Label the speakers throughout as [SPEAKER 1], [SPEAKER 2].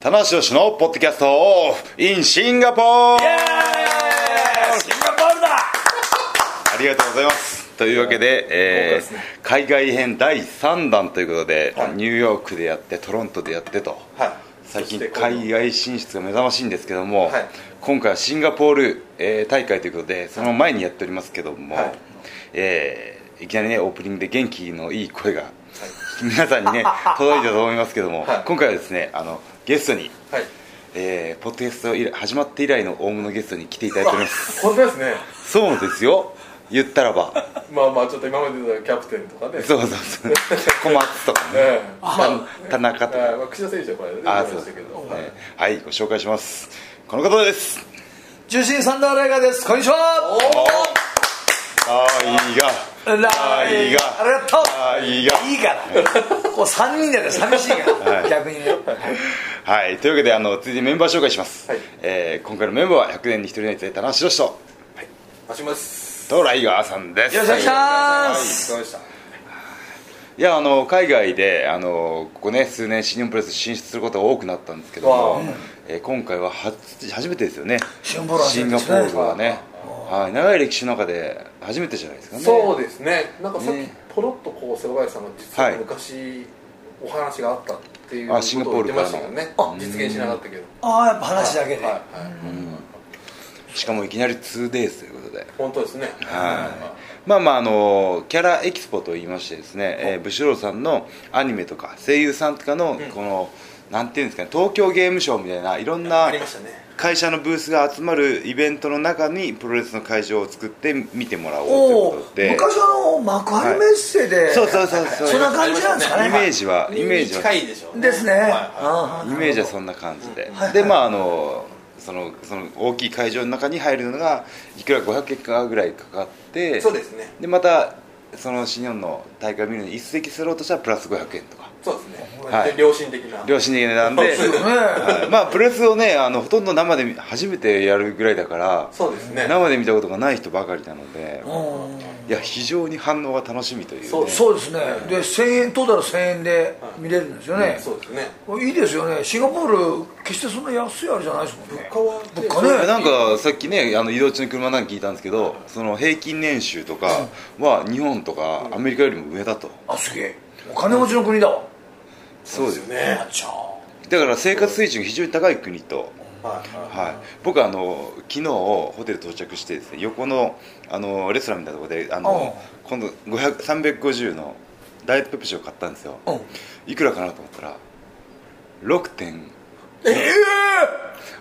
[SPEAKER 1] 田中宏のポッドキャストオフ in シンガポール
[SPEAKER 2] シンガポールだ
[SPEAKER 1] ありがとうございますというわけで、えー
[SPEAKER 2] 豪華ですね
[SPEAKER 1] 海外編第3弾ということで、ニューヨークでやってトロントでやってと、
[SPEAKER 2] はい
[SPEAKER 1] 最近
[SPEAKER 2] そして
[SPEAKER 1] 海外進出が目覚ましいんですけども、
[SPEAKER 2] はい
[SPEAKER 1] 今回はシンガポール、えー大会ということでその前にやっておりますけども、
[SPEAKER 2] はい
[SPEAKER 1] いえーいきなりねオープニングで元気のいい声が、皆さんに ね届いたと思いますけども、
[SPEAKER 2] はい
[SPEAKER 1] 今回はですねあのゲストに
[SPEAKER 2] はい
[SPEAKER 1] えー、ポッドキャスト以来始まって以来の大物ゲストに来ていただいております
[SPEAKER 2] 本当ですね
[SPEAKER 1] そうですよ言ったらば
[SPEAKER 2] まあまあちょっと今までのキャプテンとかね
[SPEAKER 1] そうそうそう小松とかね
[SPEAKER 2] ええまあ
[SPEAKER 1] 田中とか
[SPEAKER 2] ええまあ櫛田選手はこれね
[SPEAKER 1] あ
[SPEAKER 2] 出て
[SPEAKER 1] そ
[SPEAKER 2] ま
[SPEAKER 1] う
[SPEAKER 2] し
[SPEAKER 1] です
[SPEAKER 2] たけど
[SPEAKER 1] ねはいご紹介しますこの方です
[SPEAKER 3] 中心サンダーライガーですこんにちは
[SPEAKER 1] あいいが
[SPEAKER 3] ラ
[SPEAKER 1] いいが
[SPEAKER 3] ありがとう
[SPEAKER 1] あいいが
[SPEAKER 3] いいからこう3人だから寂しいから、
[SPEAKER 1] はい
[SPEAKER 3] 逆にね
[SPEAKER 1] はいというわけであの続いてメンバー紹介します、
[SPEAKER 2] はい
[SPEAKER 1] えー今回のメンバーは100年に一人になりたい田中宏と
[SPEAKER 2] あします
[SPEAKER 1] とライガーさんです
[SPEAKER 3] よろしくお願いしま
[SPEAKER 2] はい
[SPEAKER 3] す
[SPEAKER 2] そうでした
[SPEAKER 1] いやあの海外であのここね数年新日本プロレス進出することが多くなったんですけども
[SPEAKER 2] わあ、
[SPEAKER 1] えー今回は初初めてですよね
[SPEAKER 3] シンガポールは初
[SPEAKER 1] シン
[SPEAKER 3] めて
[SPEAKER 1] ガポ
[SPEAKER 3] ですね
[SPEAKER 1] ールはねはい、長い歴史の中で初めてじゃないですかね
[SPEAKER 2] そうですねなんかさっき
[SPEAKER 1] ね
[SPEAKER 2] ポロッとこう瀬尾林さんが実
[SPEAKER 1] は
[SPEAKER 2] はい昔お話があったっていう
[SPEAKER 1] あ
[SPEAKER 2] こ
[SPEAKER 1] シンガ
[SPEAKER 2] と
[SPEAKER 1] ポ
[SPEAKER 2] を
[SPEAKER 1] ー
[SPEAKER 2] 言っ
[SPEAKER 1] ル
[SPEAKER 2] て
[SPEAKER 1] から
[SPEAKER 2] ま
[SPEAKER 1] の
[SPEAKER 2] したけどね
[SPEAKER 3] あ
[SPEAKER 2] 実現しなかったけど
[SPEAKER 3] ああやっぱ話だけで、
[SPEAKER 2] はいはい
[SPEAKER 1] しかもいきなり 2days ということで
[SPEAKER 2] 本当ですね
[SPEAKER 1] はまあまああのキャラエキスポといいましてですね、えーブシローさんのアニメとか声優さんとかのこの、なんていうんですかね東京ゲームショーみたいないろんな
[SPEAKER 2] ありましたね
[SPEAKER 1] 会社のブースが集まるイベントの中にプロレスの会場を作って見てもらおうと
[SPEAKER 3] お
[SPEAKER 1] いう
[SPEAKER 3] お
[SPEAKER 1] ことで
[SPEAKER 3] 昔あの幕張メッセで、
[SPEAKER 1] そうそうそうそう
[SPEAKER 3] そんな感じなんですかね
[SPEAKER 1] イメージはイメージは
[SPEAKER 2] 近いでしょうね
[SPEAKER 3] ですね、
[SPEAKER 2] はい
[SPEAKER 3] あ
[SPEAKER 1] イメージはそんな感じで、でまああのそのその大きい会場の中に入るのがいくら500円かぐらいかかって
[SPEAKER 2] そうですね
[SPEAKER 1] でまたその新日本の大会を見るのに一席するうとしたらプラス500円とか
[SPEAKER 2] そうですね、
[SPEAKER 1] はい
[SPEAKER 2] で良心的な
[SPEAKER 1] 良心的な値段で、
[SPEAKER 2] そうですね
[SPEAKER 1] はいまあプレスをねあのほとんど生で見初めてやるぐらいだから
[SPEAKER 2] そうですね
[SPEAKER 1] 生で見たことがない人ばかりなので
[SPEAKER 3] ーうん
[SPEAKER 1] いや非常に反応が楽しみという、ね、
[SPEAKER 2] そう
[SPEAKER 3] そうですねで1000円トータル1000円で見れるんですよね、
[SPEAKER 2] そうですね
[SPEAKER 3] いいですよねシンガポール決してそんな安いあれじゃないですもんね
[SPEAKER 2] 他は
[SPEAKER 3] 物価
[SPEAKER 1] い
[SPEAKER 3] ね
[SPEAKER 1] やなんかさっきねあの移動中の車なんか聞いたんですけどその平均年収とかは日本とかアメリカよりも上だと、
[SPEAKER 3] あすげえお金持ちの国だわ
[SPEAKER 1] そうですね
[SPEAKER 2] ね
[SPEAKER 3] あちゃー
[SPEAKER 1] だから生活水準が非常に高い国と、
[SPEAKER 2] はいは
[SPEAKER 1] はい、僕あの昨日ホテル到着してですね横のあのレストランみたいなところであの今度500 350のダイエットペプシを買ったんですよ、
[SPEAKER 3] うん
[SPEAKER 1] いくらかなと思ったら6点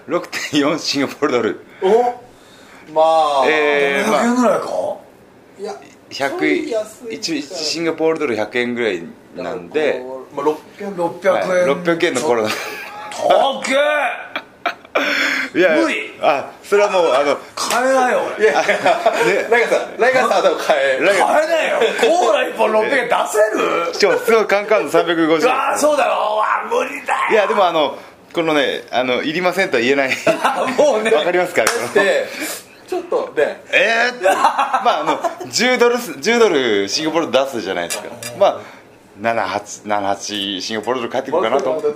[SPEAKER 1] 6.4シンガポールドル
[SPEAKER 2] いおまあ
[SPEAKER 1] えーまあ
[SPEAKER 3] 500円ぐらいか、
[SPEAKER 2] いや
[SPEAKER 1] 100一シンガポールドル100円ぐらいなんで、
[SPEAKER 2] まあ600
[SPEAKER 3] 600円、
[SPEAKER 1] はい600円の頃の
[SPEAKER 3] 高っけ え
[SPEAKER 1] いや
[SPEAKER 3] 無理
[SPEAKER 1] あそれはもうあの
[SPEAKER 3] 買えないよ俺
[SPEAKER 2] ライガーさんライガーさんは多分買え
[SPEAKER 1] ライ ガー
[SPEAKER 3] 買えないよコーラ1本600円出せる
[SPEAKER 1] しかもすごいカンカンの350円
[SPEAKER 3] ああそうだようわ無理だよ
[SPEAKER 1] いやでもあのこのねあのいりませんとは言えないわ
[SPEAKER 3] あもうね
[SPEAKER 1] かりますかこの
[SPEAKER 2] でちょっとで
[SPEAKER 1] えー、まああの10ドルす10ドルシンガポール出すじゃないですかまあ78 78シンガポールドル返ってくるかなと思って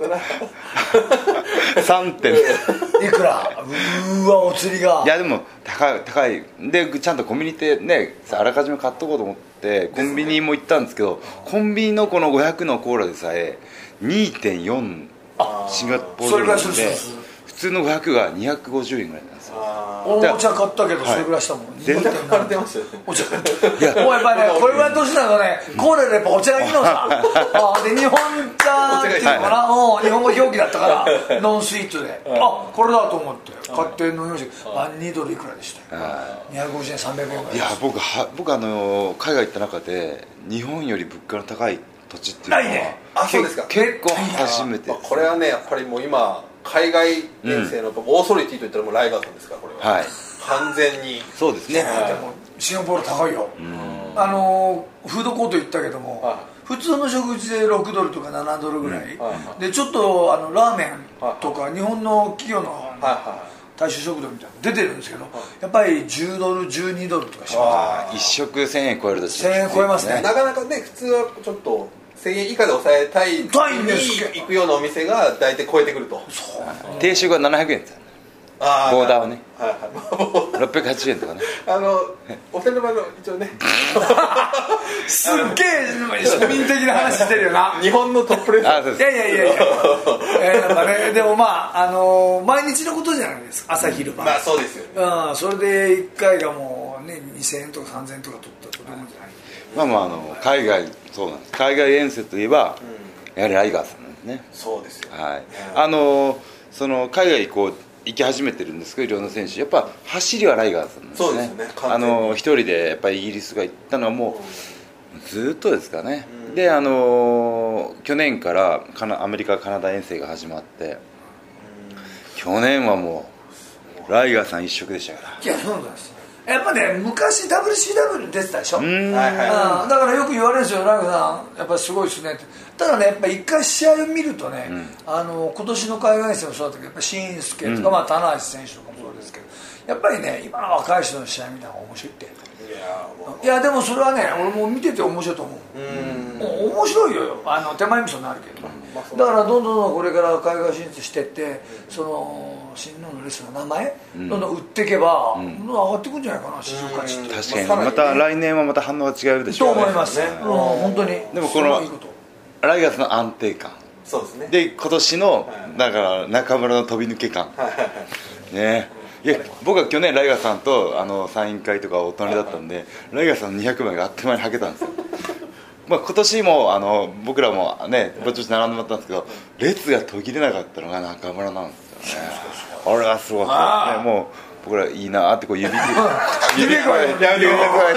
[SPEAKER 1] 3点
[SPEAKER 3] いくらうーわお釣りが
[SPEAKER 1] いやでも高い高いでちゃんとコンビニってねあらかじめ買っとこうと思ってコンビニも行ったんですけどコンビニのこの500のコーラでさえ2.4シンガポールドルなん
[SPEAKER 3] それぐらいす
[SPEAKER 1] で
[SPEAKER 3] るする
[SPEAKER 1] 普通の500が250円ぐらいなんですよ
[SPEAKER 2] あ
[SPEAKER 3] 俺もお茶買ったけどそれぐらいしたもん、
[SPEAKER 1] 全然
[SPEAKER 2] あ買われてましたよね
[SPEAKER 3] お茶買ったもうやっぱねこれぐらいの年だとねコーラでやっぱお茶がいいの さあーで日本茶っていうのかな、うん日本語表記だった からノンスイートであこれだと思って買って飲みましたあ2ドルいくらでしたよ250円300円ぐらいで
[SPEAKER 1] い
[SPEAKER 3] す
[SPEAKER 1] や僕は僕あの海外行った中で日本より物価の高い土地っていうのは
[SPEAKER 3] ないね
[SPEAKER 2] あそう
[SPEAKER 1] け
[SPEAKER 2] ですか
[SPEAKER 1] 結構初めて
[SPEAKER 2] まあこれはねやっぱりもう今海外遠征のオーソリティといったらもうライガーさんですからこれは
[SPEAKER 1] はい
[SPEAKER 2] 完全に
[SPEAKER 1] そうですね
[SPEAKER 3] でもシンガポール高いよ、あのーフードコート行ったけども、
[SPEAKER 2] は
[SPEAKER 3] 普通の食事で6ドルとか7ドルぐらい、
[SPEAKER 2] はいは
[SPEAKER 3] でちょっとあのラーメンとか日本の企業の
[SPEAKER 2] はいは
[SPEAKER 3] 大衆食堂みたいなの出てるんですけど、やっぱり10ドル12ドルとかします
[SPEAKER 1] あー一食1000円超えると
[SPEAKER 3] 1000円超えますね
[SPEAKER 2] いなかなかね普通はちょっと1000円以下で抑えたい
[SPEAKER 3] たいんですけど
[SPEAKER 2] に行くようなお店が大体超えてくると
[SPEAKER 1] 定食は700円ですよね
[SPEAKER 2] あ
[SPEAKER 1] ボーダーをね
[SPEAKER 2] はいはい
[SPEAKER 1] 680円とかね
[SPEAKER 2] あ のお二人の場合の一応ね
[SPEAKER 3] すっげえ庶民的な話してるよな
[SPEAKER 2] 日本のトップレス
[SPEAKER 1] あそう
[SPEAKER 3] いやいやいやいや、えーなんか ね、でもまあ、あのー毎日のことじゃないですか朝昼晩、
[SPEAKER 2] まあそうですよね
[SPEAKER 3] うん、それで1回がもうね2000円とか3000円とか取ったとてもじゃない
[SPEAKER 1] まあまああの海外そうなんです海外遠征といえば、やはりライガーさんなんですね
[SPEAKER 2] そうですよ
[SPEAKER 1] はい
[SPEAKER 2] あ
[SPEAKER 1] あのその海外こう行き始めてるんですけどいろんな選手やっぱ走りはライガーさんなんですね
[SPEAKER 2] そうですよね完全に
[SPEAKER 1] あの一人でやっぱりイギリスが行ったのはもうずっとですかね、であの去年からカナアメリカカナダ遠征が始まって去年はもうライガーさん一色でしたから
[SPEAKER 3] いやそうなんですやっぱね昔 WCW に出てたでしょ、
[SPEAKER 1] うーん
[SPEAKER 2] はいはい
[SPEAKER 3] うんだからよく言われるんですよ、ラグさん、やっぱりすごいですねって、ただね、やっぱり一回試合を見るとね、あの今年の海外戦もそうだったけど、やっぱ紳助とか、まあ、棚橋選手とかもそうですけど、やっぱりね、今の若い人の試合見たら面白いって、
[SPEAKER 2] いやーもう
[SPEAKER 3] いや、でもそれはね、俺も見てて面白いと思う。
[SPEAKER 2] うん
[SPEAKER 3] もう面白いよあの手前味噌になるけど、だからどんどんどんこれから海外進出してってその新日本のレスラーの名前、どんどん売っていけば、どんどん上がっていくんじゃないかな市場価値って、
[SPEAKER 1] 確かに
[SPEAKER 2] まあさらにね
[SPEAKER 1] また来年はまた反応が違うでし
[SPEAKER 3] と
[SPEAKER 1] ょうね
[SPEAKER 3] 思います、
[SPEAKER 2] ね
[SPEAKER 3] うん、本当に
[SPEAKER 1] でもこの
[SPEAKER 3] すごいいいこと
[SPEAKER 1] ライガーさんの安定感
[SPEAKER 2] そうですね
[SPEAKER 1] で今年の
[SPEAKER 2] はい
[SPEAKER 1] だから中村の飛び抜け感
[SPEAKER 2] はいはいはい
[SPEAKER 1] ねいや僕は去年ライガーさんとあのサイン会とかお隣だったんでライガーさんの200枚があっという間にはけたんですよ まあ今年もあの僕らもねぼちぼち並んでもらったんですけど列が途切れなかったのが中村なんですよねあれはすごかったですねもう僕らいいなーってこう指 指
[SPEAKER 3] 指こうやって
[SPEAKER 1] やめて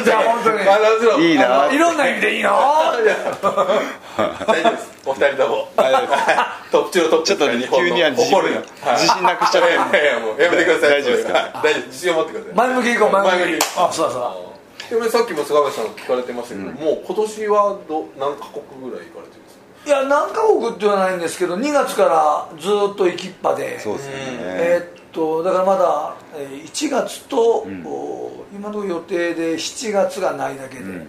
[SPEAKER 1] くだ
[SPEAKER 3] じゃ
[SPEAKER 1] さ
[SPEAKER 3] あ本当に
[SPEAKER 2] まあなんろ
[SPEAKER 1] いいいな
[SPEAKER 3] あのいろんな意味でいいなあ
[SPEAKER 2] 大丈夫ですお二人ともトップ中のトッ プ
[SPEAKER 1] ちょっとね急には自
[SPEAKER 2] 怒るよ
[SPEAKER 1] 自信なくしちゃっ
[SPEAKER 2] い
[SPEAKER 1] て
[SPEAKER 2] やいやもうやめてください
[SPEAKER 1] 大丈夫ですか
[SPEAKER 2] はい大丈夫自信を持ってください
[SPEAKER 3] 前向きにいこう前向き
[SPEAKER 2] 前向き
[SPEAKER 3] あそうだそうだ
[SPEAKER 2] でもねさっきも菅原さん聞かれてましたけど、もう今年はど何カ国ぐらい行かれてるんですか
[SPEAKER 3] いや何カ国ではないんですけど2月からずっと行きっぱで
[SPEAKER 1] そうですよね
[SPEAKER 3] えーっとだからまだえー1月と、お今の予定で7月がないだけで、
[SPEAKER 2] うん、うん、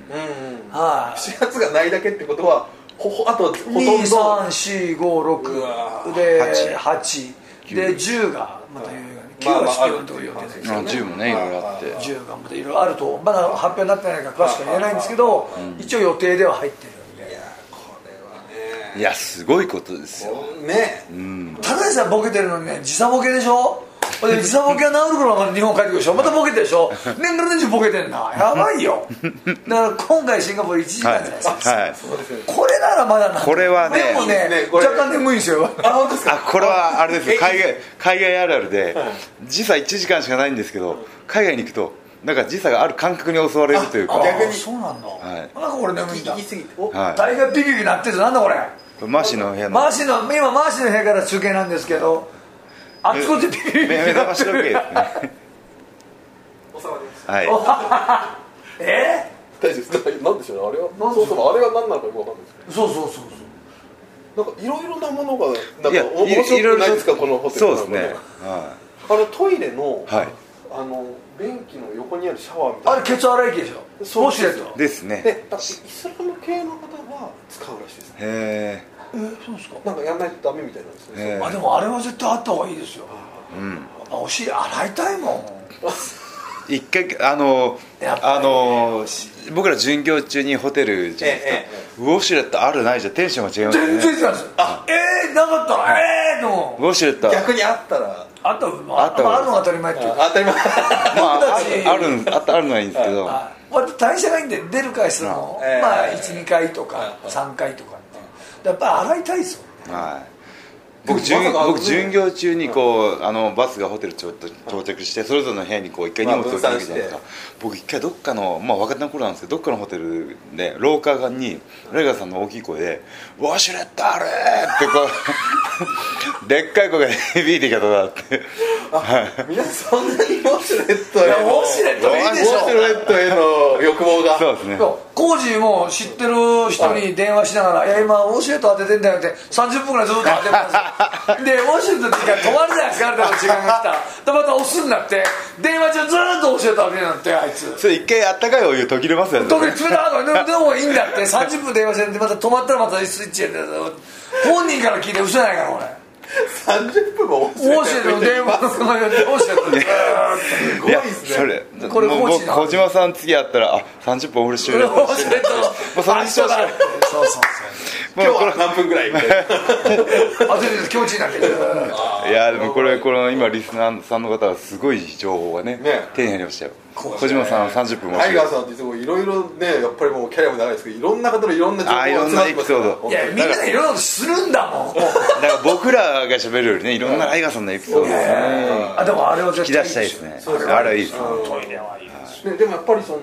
[SPEAKER 3] はい、
[SPEAKER 2] 4月がないだけってことはほほあとほとんどうわ
[SPEAKER 3] 2345で8で10がまた余裕がね9
[SPEAKER 2] まあ
[SPEAKER 3] は
[SPEAKER 2] まあ
[SPEAKER 3] 必要なとこ予定ないで
[SPEAKER 1] い
[SPEAKER 3] す
[SPEAKER 1] あ銃もねいろいろあって
[SPEAKER 3] 10がまたいろいろあるとまだ発表になってないから詳しくは言えないんですけど一応予定では入ってるんで
[SPEAKER 2] いやこれはね
[SPEAKER 1] いやすごいことですよ
[SPEAKER 2] そうね、
[SPEAKER 3] ただでさえボケてるのにね時差ボケでしょで時差ボケが治る頃まで日本帰ってくるでしょまたボケてるでしょ年がら年中ボケてんなやばいよだから今回シンガポール1時間じゃないですか、
[SPEAKER 1] はい
[SPEAKER 2] そうですよね
[SPEAKER 3] これならまだな
[SPEAKER 1] これはね
[SPEAKER 3] でも
[SPEAKER 2] いいで
[SPEAKER 3] ね
[SPEAKER 2] すねこれ
[SPEAKER 3] 若干眠いんですよ
[SPEAKER 2] あ本当ですか
[SPEAKER 1] あこれはあれです
[SPEAKER 2] え
[SPEAKER 1] よ海外海外あるあるで時差1時間しかないんですけど海外に行くとなんか時差がある感覚に襲われるというか
[SPEAKER 2] あ逆に
[SPEAKER 3] あそうなんだ、
[SPEAKER 1] い
[SPEAKER 3] なんかこれ眠いんだ
[SPEAKER 2] 行き過ぎてお、
[SPEAKER 1] はい
[SPEAKER 3] 大概ピキピキなってるぞなんだこれ
[SPEAKER 1] これマーシーの部屋の
[SPEAKER 3] マーシーの今マーシーの部屋から中継なんですけどあちこちピキピキ
[SPEAKER 1] 目目覚まし時計ですね
[SPEAKER 2] おさまです
[SPEAKER 1] はい
[SPEAKER 3] え
[SPEAKER 2] 大丈夫です なんでしょうねあれは
[SPEAKER 3] なんでしょ
[SPEAKER 2] そううそうあれが何なのかよくわかんないですけ
[SPEAKER 3] そうそうそうそう
[SPEAKER 2] どなんかいろいろなものがなん
[SPEAKER 1] いや
[SPEAKER 2] かお面白くないですかこのホテル
[SPEAKER 1] そう
[SPEAKER 2] の
[SPEAKER 1] ですね
[SPEAKER 2] なんか
[SPEAKER 1] は
[SPEAKER 2] あのトイレの、
[SPEAKER 1] はい
[SPEAKER 2] あの便器の横にあるシャワーみたい
[SPEAKER 3] あ
[SPEAKER 2] な
[SPEAKER 3] れケツ洗い機でしょ
[SPEAKER 2] そう
[SPEAKER 3] ウォシュレッ
[SPEAKER 1] い
[SPEAKER 3] ト
[SPEAKER 1] ですね
[SPEAKER 2] でだってイスラム系の方は使うらしいですね
[SPEAKER 1] へ
[SPEAKER 3] えーそうですか
[SPEAKER 2] なんかやんないとダメみたいなんですね、
[SPEAKER 1] え
[SPEAKER 3] あでもあれは絶対あった方がいいですよ、うん、お尻洗いたいもん
[SPEAKER 1] え一回あの
[SPEAKER 3] やっぱり
[SPEAKER 1] あの僕ら巡業中にホテルじゃないですか
[SPEAKER 2] ええ
[SPEAKER 1] ウォシュレットあるないじゃテンションが違います
[SPEAKER 3] 全
[SPEAKER 1] ね
[SPEAKER 3] 然違うんですよえー、なかったらええー、でも
[SPEAKER 1] ウォシュレット
[SPEAKER 2] 逆にあったら
[SPEAKER 3] あったまあ
[SPEAKER 1] あった方が
[SPEAKER 3] まあ、あるのが当たり前っていうか
[SPEAKER 2] あ当たり前
[SPEAKER 1] まあ
[SPEAKER 3] 僕た
[SPEAKER 1] あ
[SPEAKER 3] ち
[SPEAKER 1] るあるんあったあるのはいいんですけど
[SPEAKER 3] はい割と代謝がいいんで出る回数も、
[SPEAKER 2] うんええ
[SPEAKER 3] まあ12回とか
[SPEAKER 2] うん
[SPEAKER 3] 3回とかってやっぱり洗いたいですよ
[SPEAKER 1] はい、僕
[SPEAKER 2] でもま
[SPEAKER 1] 巡
[SPEAKER 2] さか
[SPEAKER 1] 僕
[SPEAKER 2] ね
[SPEAKER 1] 巡業中にこうあのバスがホテルちょっと到着してそれぞれの部屋にこう一回荷物置いてわけじゃないですか
[SPEAKER 2] まあ分散
[SPEAKER 1] 僕一回どっかの、まあ、若手の頃なんですけどどっかのホテルで廊下側にレガーさんの大きい声で「ウォシュレットある!」ってこう でっかい声が響いてきたとかって
[SPEAKER 2] 皆さんそんなにウォシュレットへ
[SPEAKER 3] いやウ
[SPEAKER 2] の
[SPEAKER 3] ォシュレットいいでしょ
[SPEAKER 2] ウォシュレットへの欲望が
[SPEAKER 1] そうですね
[SPEAKER 3] 工事も知ってる人に電話しながら「いや今ウォシュレット当ててんだよ」って30分ぐらいずっと当ててたんです よでウォシュレットの時間止まるじゃないですかあなたの時間が来たでまた押すんだって電話中ずーっと教えたわけなんだってあいつ
[SPEAKER 1] それ一回あったかいお湯途切れますよね
[SPEAKER 3] 特に冷たいのでもいいんだって30分電話してんでまた止まったらまたスイッチやで本人から聞いて嘘じゃないから俺
[SPEAKER 2] 30分も
[SPEAKER 3] ウォシュレットの電話のそのウォシュレットのずーっ
[SPEAKER 1] いや
[SPEAKER 2] すごいっすね
[SPEAKER 1] それ
[SPEAKER 3] これ
[SPEAKER 1] もう
[SPEAKER 3] コーチ
[SPEAKER 1] 僕
[SPEAKER 3] な
[SPEAKER 1] 小島さん次会ったらあ30分俺終
[SPEAKER 3] と
[SPEAKER 1] 了
[SPEAKER 3] ウォシュレ ットの
[SPEAKER 1] うその人しか
[SPEAKER 3] あ人だそうそう
[SPEAKER 1] も
[SPEAKER 2] 今
[SPEAKER 1] う
[SPEAKER 2] 日
[SPEAKER 1] こ
[SPEAKER 2] は何分ぐらいみたいな
[SPEAKER 3] そうあとで気持ちいいなって
[SPEAKER 1] れいやでもこれこの今リスナーさんの方はすごい情報がね
[SPEAKER 2] ね
[SPEAKER 1] 丁寧にありましたよ
[SPEAKER 3] こう
[SPEAKER 1] 小島さんは30分も
[SPEAKER 2] タイガーさんっていつもいろいろねやっぱりもうキャリアも長いですけどいろんな方のいろんな情報
[SPEAKER 1] あーいろんなエピソード
[SPEAKER 3] いやみんながいろいろするんだもん
[SPEAKER 1] だから僕らが喋るよりねいろんなタイガーさんのエピソードをね
[SPEAKER 3] あでもあれは
[SPEAKER 1] 引き
[SPEAKER 3] 絶対
[SPEAKER 1] 出したいですね
[SPEAKER 2] そうですね
[SPEAKER 1] あれはいいですね
[SPEAKER 3] トイレはいいです
[SPEAKER 2] ね、でもやっぱりその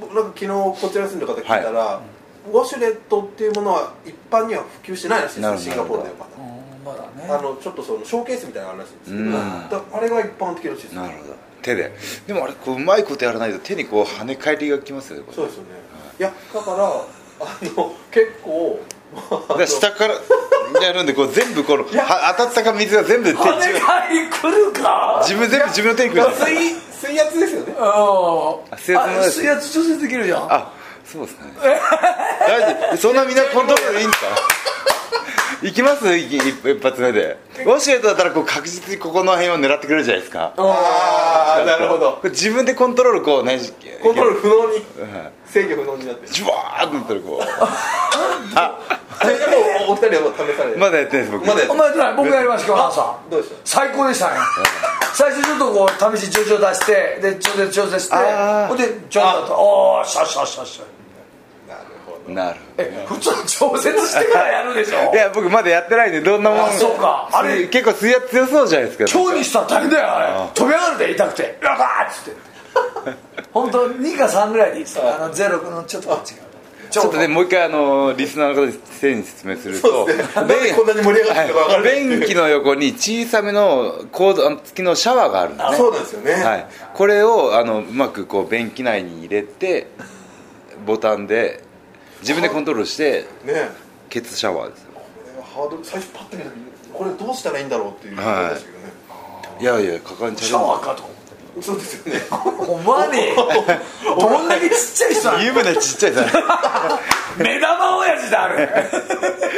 [SPEAKER 2] 僕なんか昨日こちらに住んでる方聞いたら、ウォシュレットっていうものは一般には普及してないらしい
[SPEAKER 1] な
[SPEAKER 2] で
[SPEAKER 1] るほ
[SPEAKER 2] す
[SPEAKER 1] ど
[SPEAKER 2] シンガポールではまだ、
[SPEAKER 3] まだね
[SPEAKER 2] あのちょっとそのショーケースみたいなのあるらしいんですけど、
[SPEAKER 1] うん
[SPEAKER 2] だあれが一般的らしいです
[SPEAKER 1] なるほど手ででもあれこううまいことやらないと手にこう跳ね返りがきますよねこれ
[SPEAKER 2] そうですよね、い、やだからあの結 構
[SPEAKER 1] だから下からやるんでこう全部このは当たったか水が全部手
[SPEAKER 3] 跳ね返り来るか
[SPEAKER 1] 自分全部自分の手にくるんですよ
[SPEAKER 2] 水水圧ですよね
[SPEAKER 3] うん
[SPEAKER 1] 水圧の
[SPEAKER 3] あ水圧調節できるじゃん
[SPEAKER 1] あそうですかね大丈夫そんなみんなコントロールでいいんですかいきますいき一一発目でウォシュレットだったらこう確実にここの辺を狙ってくれるじゃないですか
[SPEAKER 2] ああなるほど
[SPEAKER 1] これ自分でコントロールこうね
[SPEAKER 2] コントロール不能に
[SPEAKER 1] ん
[SPEAKER 2] 制御不能になって
[SPEAKER 1] ジュワーってなったらこ
[SPEAKER 2] それでもおお二人はもう試され
[SPEAKER 1] う
[SPEAKER 2] て
[SPEAKER 1] まだやってないです僕
[SPEAKER 2] まだやっ
[SPEAKER 3] お前じゃない僕やりました今日朝
[SPEAKER 2] どうでした
[SPEAKER 3] 最高でしたね最初ちょっとこう試し徐々出してで調節調節して
[SPEAKER 1] あー
[SPEAKER 3] ほんでちょっとおーしゃしゃしゃしゃ
[SPEAKER 2] なるほど
[SPEAKER 1] なるほ
[SPEAKER 3] え普通調節してからやるでしょ
[SPEAKER 1] どいや僕まだやってないんでどんなもん
[SPEAKER 3] あそうかあれ
[SPEAKER 1] 結構水圧強そうじゃないですか
[SPEAKER 3] 今日にしたら大変だよあれ飛び上がるで痛くて「やばーっつって本当2か3ぐらいでいいですあのゼロのちょっとこっちが
[SPEAKER 1] ちょっとねもう一回あのリスナーの方に先に説明すると
[SPEAKER 2] そうですねなんでこんなに盛り上がってるか分からない
[SPEAKER 1] 便器の横に小さめのコードあの付きのシャワーがあるんですね
[SPEAKER 2] そうなんですよね、
[SPEAKER 1] はい、これをあのうまくこう便器内に入れてボタンで自分でコントロールして
[SPEAKER 2] ね
[SPEAKER 1] ケツシャワーですよ
[SPEAKER 2] これはハードル最初パッと見た時にこれどうしたらいいんだろうっていう
[SPEAKER 1] はい
[SPEAKER 2] 思いましたけどね
[SPEAKER 1] いやいやかかんち
[SPEAKER 3] シャ
[SPEAKER 1] ゃう
[SPEAKER 3] ワーかと
[SPEAKER 2] そうですよね
[SPEAKER 3] 思わね えどんだけちっちゃい人だ
[SPEAKER 1] 湯船ちっちゃいさ
[SPEAKER 3] 目玉親父だあれ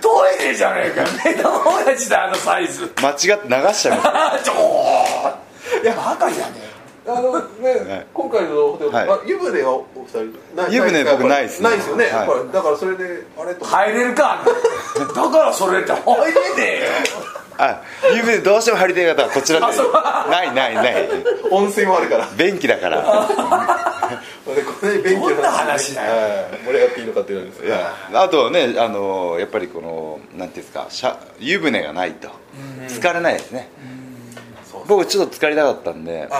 [SPEAKER 3] トイレじゃねえか目玉親父だあのサイズ
[SPEAKER 1] 間違って流しちゃいま
[SPEAKER 3] あーちょーいやバカじゃね
[SPEAKER 2] あのね、
[SPEAKER 1] はい
[SPEAKER 2] 今回のホテル、
[SPEAKER 1] はい
[SPEAKER 2] あ湯船はお二人な
[SPEAKER 1] 湯船
[SPEAKER 2] な
[SPEAKER 1] 僕ないっすね
[SPEAKER 2] ないですよね、
[SPEAKER 1] はい
[SPEAKER 2] やっぱりだからそれであれと
[SPEAKER 3] え入れるかだからそれって入れねえよ
[SPEAKER 1] すあ湯船どうしても入りたい方はこちらでないないない
[SPEAKER 2] 温泉もあるから
[SPEAKER 1] 便器だから
[SPEAKER 2] でこれで勉強
[SPEAKER 3] どんな話だ
[SPEAKER 2] よ、はい、盛り上がっていいのかっていうのです
[SPEAKER 1] いやあとねあのやっぱりこのなんていうんですかシャ湯船がないと疲れないですね
[SPEAKER 2] そう
[SPEAKER 1] 僕ちょっと疲れたかったんで
[SPEAKER 2] あ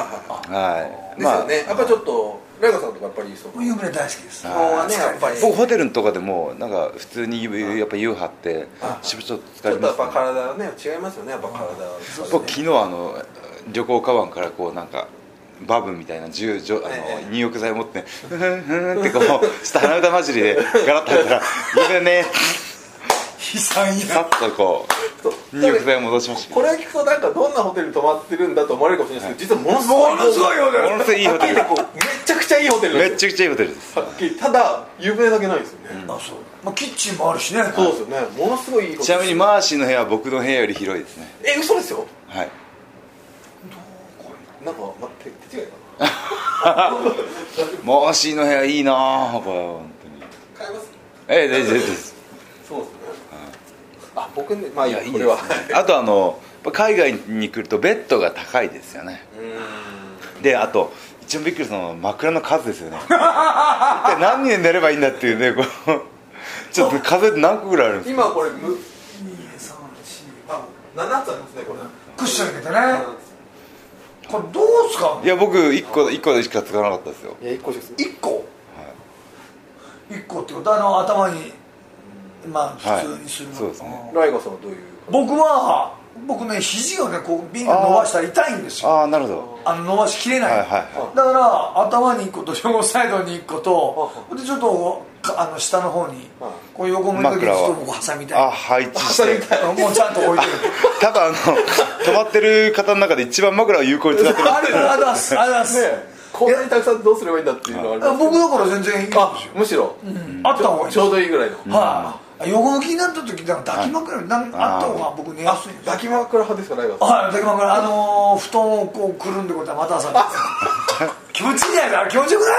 [SPEAKER 2] は
[SPEAKER 1] はい
[SPEAKER 2] いですよね、やっぱりちょっとライガさんとかやっぱりその
[SPEAKER 3] 湯船大好きです
[SPEAKER 2] 顔はねやっぱりちょ
[SPEAKER 1] 僕ホテルとかでもなんか普通に湯やっぱ湯張ってしぶちょっと疲れ
[SPEAKER 2] っと
[SPEAKER 1] ま
[SPEAKER 2] やっ
[SPEAKER 1] すね
[SPEAKER 2] ぱ体はね違いますよねやっぱ体は
[SPEAKER 1] 僕昨日あの旅行カバンからこうなんかバブみたいな重々あ
[SPEAKER 2] え
[SPEAKER 1] の入浴剤持ってふふんふんってこう下鼻歌混じりでガラッと入ったら「いるね」
[SPEAKER 3] 悲惨や
[SPEAKER 1] さっとこ
[SPEAKER 2] そう
[SPEAKER 1] う入浴剤を戻しましたけ
[SPEAKER 2] こ
[SPEAKER 1] ど
[SPEAKER 2] れを聞くとなんかどんなホテルに泊まってるんだと思われるかもしれないですけど、実は
[SPEAKER 3] も
[SPEAKER 2] も
[SPEAKER 3] の
[SPEAKER 2] のす
[SPEAKER 3] す
[SPEAKER 2] ご
[SPEAKER 3] ご
[SPEAKER 2] い
[SPEAKER 3] いよね
[SPEAKER 1] ものすごいいいホテル
[SPEAKER 2] はっきり言ってこうめちゃくちゃいいホテルなん
[SPEAKER 1] め
[SPEAKER 2] ですよ
[SPEAKER 1] っちゃくちゃいいホテルです
[SPEAKER 2] はっきりただ有名だけないですよね、
[SPEAKER 3] あそうまあ、キッチンもあるしね
[SPEAKER 2] そうですよねものすごいいいホ
[SPEAKER 1] ち
[SPEAKER 2] テ
[SPEAKER 1] な
[SPEAKER 2] ル
[SPEAKER 1] みにマーシーの部屋は僕の部屋より広いですね
[SPEAKER 2] え嘘ですよ
[SPEAKER 1] はい
[SPEAKER 2] なんか、ま、手手違いか
[SPEAKER 1] マーシーの部屋いいなあこれは本当に
[SPEAKER 2] な買えます
[SPEAKER 1] ええ大丈夫です
[SPEAKER 2] そうですねあ僕ねまあいいや
[SPEAKER 1] いい
[SPEAKER 2] こ
[SPEAKER 1] で
[SPEAKER 2] れ
[SPEAKER 1] すね
[SPEAKER 2] は
[SPEAKER 1] あとあのやっぱ海外に来るとベッドが高いですよね
[SPEAKER 2] うーん
[SPEAKER 1] であと一番びっくりしたのは枕の数ですよね一体何人で寝ればいいんだっていうねこう ちょっと数えて何個ぐらいあるんです
[SPEAKER 2] 今これむ
[SPEAKER 3] 234
[SPEAKER 2] あ7つありますねこれ
[SPEAKER 3] クッション入れてね
[SPEAKER 2] 7つ
[SPEAKER 3] これどうすか
[SPEAKER 1] かいや僕1個一個でしか使わなかったですよ
[SPEAKER 2] いや1個です
[SPEAKER 3] 一個一個ってことはあの頭にまあ
[SPEAKER 1] はい
[SPEAKER 3] 普通にするの、
[SPEAKER 1] そうですね
[SPEAKER 2] ライガさんはどういう
[SPEAKER 3] 僕は僕ね肘をねこうビンが伸ばしたら痛いんですよ
[SPEAKER 1] ああなるほど
[SPEAKER 3] あの伸ばしきれない,、
[SPEAKER 1] はいはいはい
[SPEAKER 3] だから頭に1個と両サイドに1個とでちょっとかあの下の方に
[SPEAKER 2] はい
[SPEAKER 3] こう横向いた時に
[SPEAKER 1] 枕は
[SPEAKER 3] ちょっと僕挟みた
[SPEAKER 1] あ
[SPEAKER 3] い
[SPEAKER 1] 配置して
[SPEAKER 3] もうちゃんと置いてる
[SPEAKER 1] 多分あの泊まってる方の中で一番枕を有効に使ってる
[SPEAKER 3] あれありますあります、
[SPEAKER 2] こんなにたくさんどうすればいいんだっていうのはありますけど
[SPEAKER 3] 僕だから全然いいんですよ
[SPEAKER 2] あむしろ
[SPEAKER 3] あった方がいい
[SPEAKER 2] ちょうどいいぐらいの
[SPEAKER 3] はい、横向きになった時なんか抱き枕になるあった方が僕寝やすいんですよ
[SPEAKER 2] 抱き枕派ですかライバーさん
[SPEAKER 3] はい抱き枕あのー、布団をこうくるんでこうやってまた 朝寝て気持ちいいじゃないですか気持ちよくない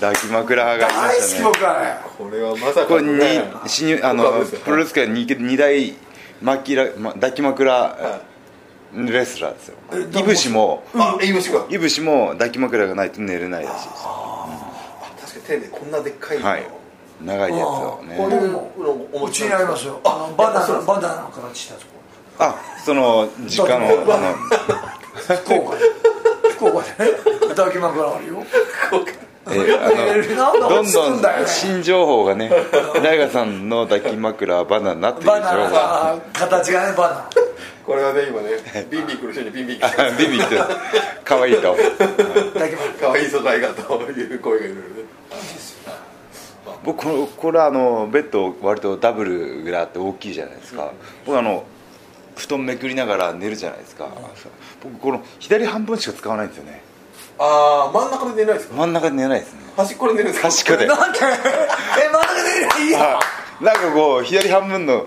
[SPEAKER 1] 抱き枕派がいま
[SPEAKER 3] 大好
[SPEAKER 1] し
[SPEAKER 3] き
[SPEAKER 1] たね
[SPEAKER 3] 僕はね
[SPEAKER 2] これはまさか
[SPEAKER 1] これ
[SPEAKER 2] の
[SPEAKER 1] に
[SPEAKER 2] ね
[SPEAKER 1] 新入あ
[SPEAKER 2] 僕は
[SPEAKER 1] の
[SPEAKER 2] ですよ
[SPEAKER 1] プロレス界に二大枕ま抱き
[SPEAKER 2] は
[SPEAKER 1] 枕レスラーですよいぶしも
[SPEAKER 2] あいい虫が
[SPEAKER 1] いぶしも抱き枕がないと寝れないらしいです
[SPEAKER 2] 確かに手でこんなでっかいの
[SPEAKER 1] はい長いやつを
[SPEAKER 2] こ
[SPEAKER 1] ね
[SPEAKER 2] れ
[SPEAKER 3] も
[SPEAKER 2] 僕のお
[SPEAKER 3] う
[SPEAKER 2] 持
[SPEAKER 3] ち
[SPEAKER 2] ち
[SPEAKER 3] にありますよあのバナナバナナの形したとこ
[SPEAKER 1] あその実家の
[SPEAKER 3] バ
[SPEAKER 1] あ
[SPEAKER 3] ナナ
[SPEAKER 1] の
[SPEAKER 3] 福岡 で福岡でね抱き枕あるよ
[SPEAKER 1] えー あの
[SPEAKER 3] なん
[SPEAKER 1] ど
[SPEAKER 3] だ落
[SPEAKER 1] ん
[SPEAKER 3] ち着く
[SPEAKER 1] どん
[SPEAKER 3] んだよね
[SPEAKER 1] 新情報がね大我さんの抱き枕バナナっていう情
[SPEAKER 3] バナナ
[SPEAKER 1] 報が
[SPEAKER 3] が形がねバ
[SPEAKER 2] これはね今ねビンビン来る人にビンビン来て
[SPEAKER 1] あ ビビって可愛い顔
[SPEAKER 3] ナナ抱き枕
[SPEAKER 2] 可愛い素材がという声がいろいろね
[SPEAKER 1] 僕これこれあのベッド割とダブルぐらいあって大きいじゃないですか僕あの布団めくりながら寝るじゃないですか僕この左半分しか使わないんですよね
[SPEAKER 2] ああ真ん中で寝ないですか
[SPEAKER 1] 真ん中で寝ないですね
[SPEAKER 2] 端っこで寝るんですか
[SPEAKER 1] 端っこで
[SPEAKER 3] なんでえ真ん中で寝りゃいいや
[SPEAKER 1] はいなんかこう左半分の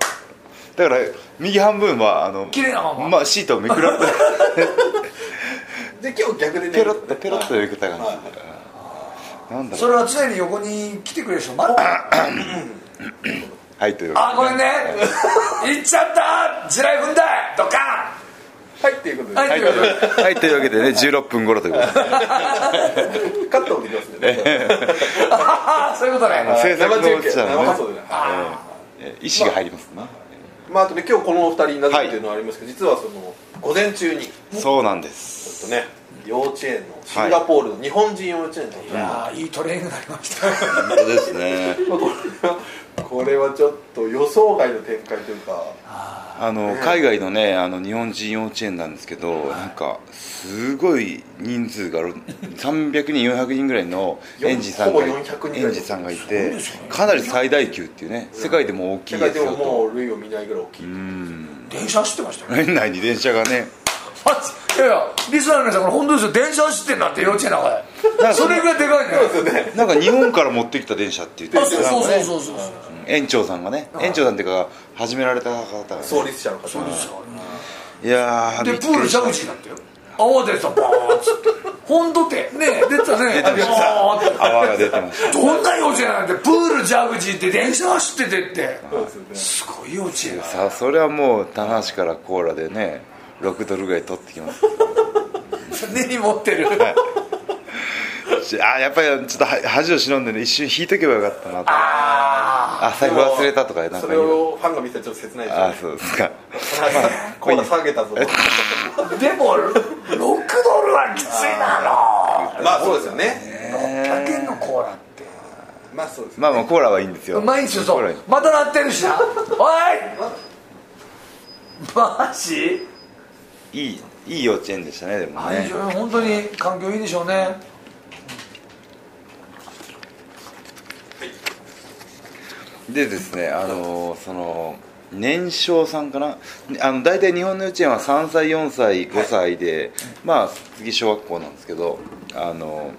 [SPEAKER 1] だから右半分はあの
[SPEAKER 3] 綺麗なまま
[SPEAKER 1] まあシートをめくらって
[SPEAKER 2] で今日逆で寝る
[SPEAKER 1] ペロッとペロッとめくった感
[SPEAKER 2] はい
[SPEAKER 1] じなんだ
[SPEAKER 3] そ
[SPEAKER 1] ろう
[SPEAKER 3] れは常に横に来てくれる人待って
[SPEAKER 1] はいという
[SPEAKER 3] あ
[SPEAKER 1] わ
[SPEAKER 3] ごめんね行っちゃった地雷踏んだドカ
[SPEAKER 2] はいっていうことで
[SPEAKER 3] は
[SPEAKER 1] け
[SPEAKER 3] い
[SPEAKER 1] ではいはいというわけでね16分頃ということで
[SPEAKER 2] カットもできますんでね
[SPEAKER 3] ン そういうことね
[SPEAKER 1] 制作の
[SPEAKER 2] 生中継
[SPEAKER 1] 落ちた
[SPEAKER 2] 生放送
[SPEAKER 1] の
[SPEAKER 2] で
[SPEAKER 1] ね
[SPEAKER 2] ね
[SPEAKER 1] えー意思が入りますね
[SPEAKER 2] まああとね今日このお二人になぜっていうのはありますけど実はその午前中にち
[SPEAKER 1] そうなんです
[SPEAKER 2] ょっとね幼稚園のシンガポールの日本人幼稚園の
[SPEAKER 3] いやーいいトレーニングになりましたは
[SPEAKER 1] 本当ですね
[SPEAKER 2] まあこれはこれはちょっと予想外の展開というか
[SPEAKER 1] あの海外のねあの日本人幼稚園なんですけど、なんかすごい人数がろ300人400人ぐらいの園児さんがい
[SPEAKER 2] ほぼ400人ぐらい
[SPEAKER 1] 園児さんがいて
[SPEAKER 3] すごいですよね
[SPEAKER 1] かなり最大級っていうね世界でも大き
[SPEAKER 2] 世
[SPEAKER 1] いで
[SPEAKER 2] 界
[SPEAKER 1] す
[SPEAKER 2] で
[SPEAKER 1] よ
[SPEAKER 2] もも
[SPEAKER 1] と
[SPEAKER 2] う類を見ないぐらい大きい
[SPEAKER 3] 電車走ってましたよ
[SPEAKER 1] 園内に電車がね
[SPEAKER 3] あいやいやリスナーの皆さんこれ本当ですよ電車走ってんだって幼稚園の中でそれぐらいでかいね
[SPEAKER 1] なんか日本から持ってきた電車って言って
[SPEAKER 3] あそう
[SPEAKER 1] なん
[SPEAKER 3] そう
[SPEAKER 1] か
[SPEAKER 3] そう
[SPEAKER 1] ね
[SPEAKER 3] そうそうそう
[SPEAKER 1] うん園長さんがね園長さんっていうか始められた方がね
[SPEAKER 2] 創立者の方
[SPEAKER 3] そうですよ
[SPEAKER 1] いやー
[SPEAKER 3] で
[SPEAKER 1] びっ
[SPEAKER 3] プ
[SPEAKER 1] く
[SPEAKER 3] ール
[SPEAKER 1] りした
[SPEAKER 3] 蛇口だったよ泡出てたバーッつって本当ってね出てたね出て
[SPEAKER 1] ました泡が出てまし
[SPEAKER 3] どんな幼稚園なんてプール蛇口って電車走っててって
[SPEAKER 2] そうです
[SPEAKER 3] すごい幼稚園だ
[SPEAKER 1] たさあそれはもう棚橋からコーラでね6ドルぐらい取ってきます
[SPEAKER 3] 根に持ってる
[SPEAKER 1] しあーやっぱりちょっとは恥を忍んでね一瞬引いとけばよかったなとあ
[SPEAKER 3] あ
[SPEAKER 1] 財
[SPEAKER 2] よ
[SPEAKER 1] 布忘
[SPEAKER 2] ね
[SPEAKER 1] れたとかなんか
[SPEAKER 2] そ
[SPEAKER 1] 言
[SPEAKER 2] れ
[SPEAKER 1] う
[SPEAKER 2] をファンが見たらちょっと切ないですよ
[SPEAKER 1] あ
[SPEAKER 2] ね
[SPEAKER 1] ーそうですか
[SPEAKER 2] コーラ下げたぞ
[SPEAKER 3] あでも6ドルはきついな
[SPEAKER 2] まあそうですよね
[SPEAKER 3] の100円のコーラって
[SPEAKER 2] まあそうです
[SPEAKER 1] まあまあコーラはいいんですよ
[SPEAKER 3] 毎日
[SPEAKER 1] コ
[SPEAKER 3] そ
[SPEAKER 1] ーラ
[SPEAKER 3] うまた鳴ってるしなおいマジ
[SPEAKER 1] いいいい幼稚園でしたねでも
[SPEAKER 3] 愛
[SPEAKER 1] ね
[SPEAKER 3] 情本当に環境いいでしょうね
[SPEAKER 1] でですねあのーその年少さんかなあの大体日本の幼稚園は3歳4歳5歳で、まあ次小学校なんですけどあの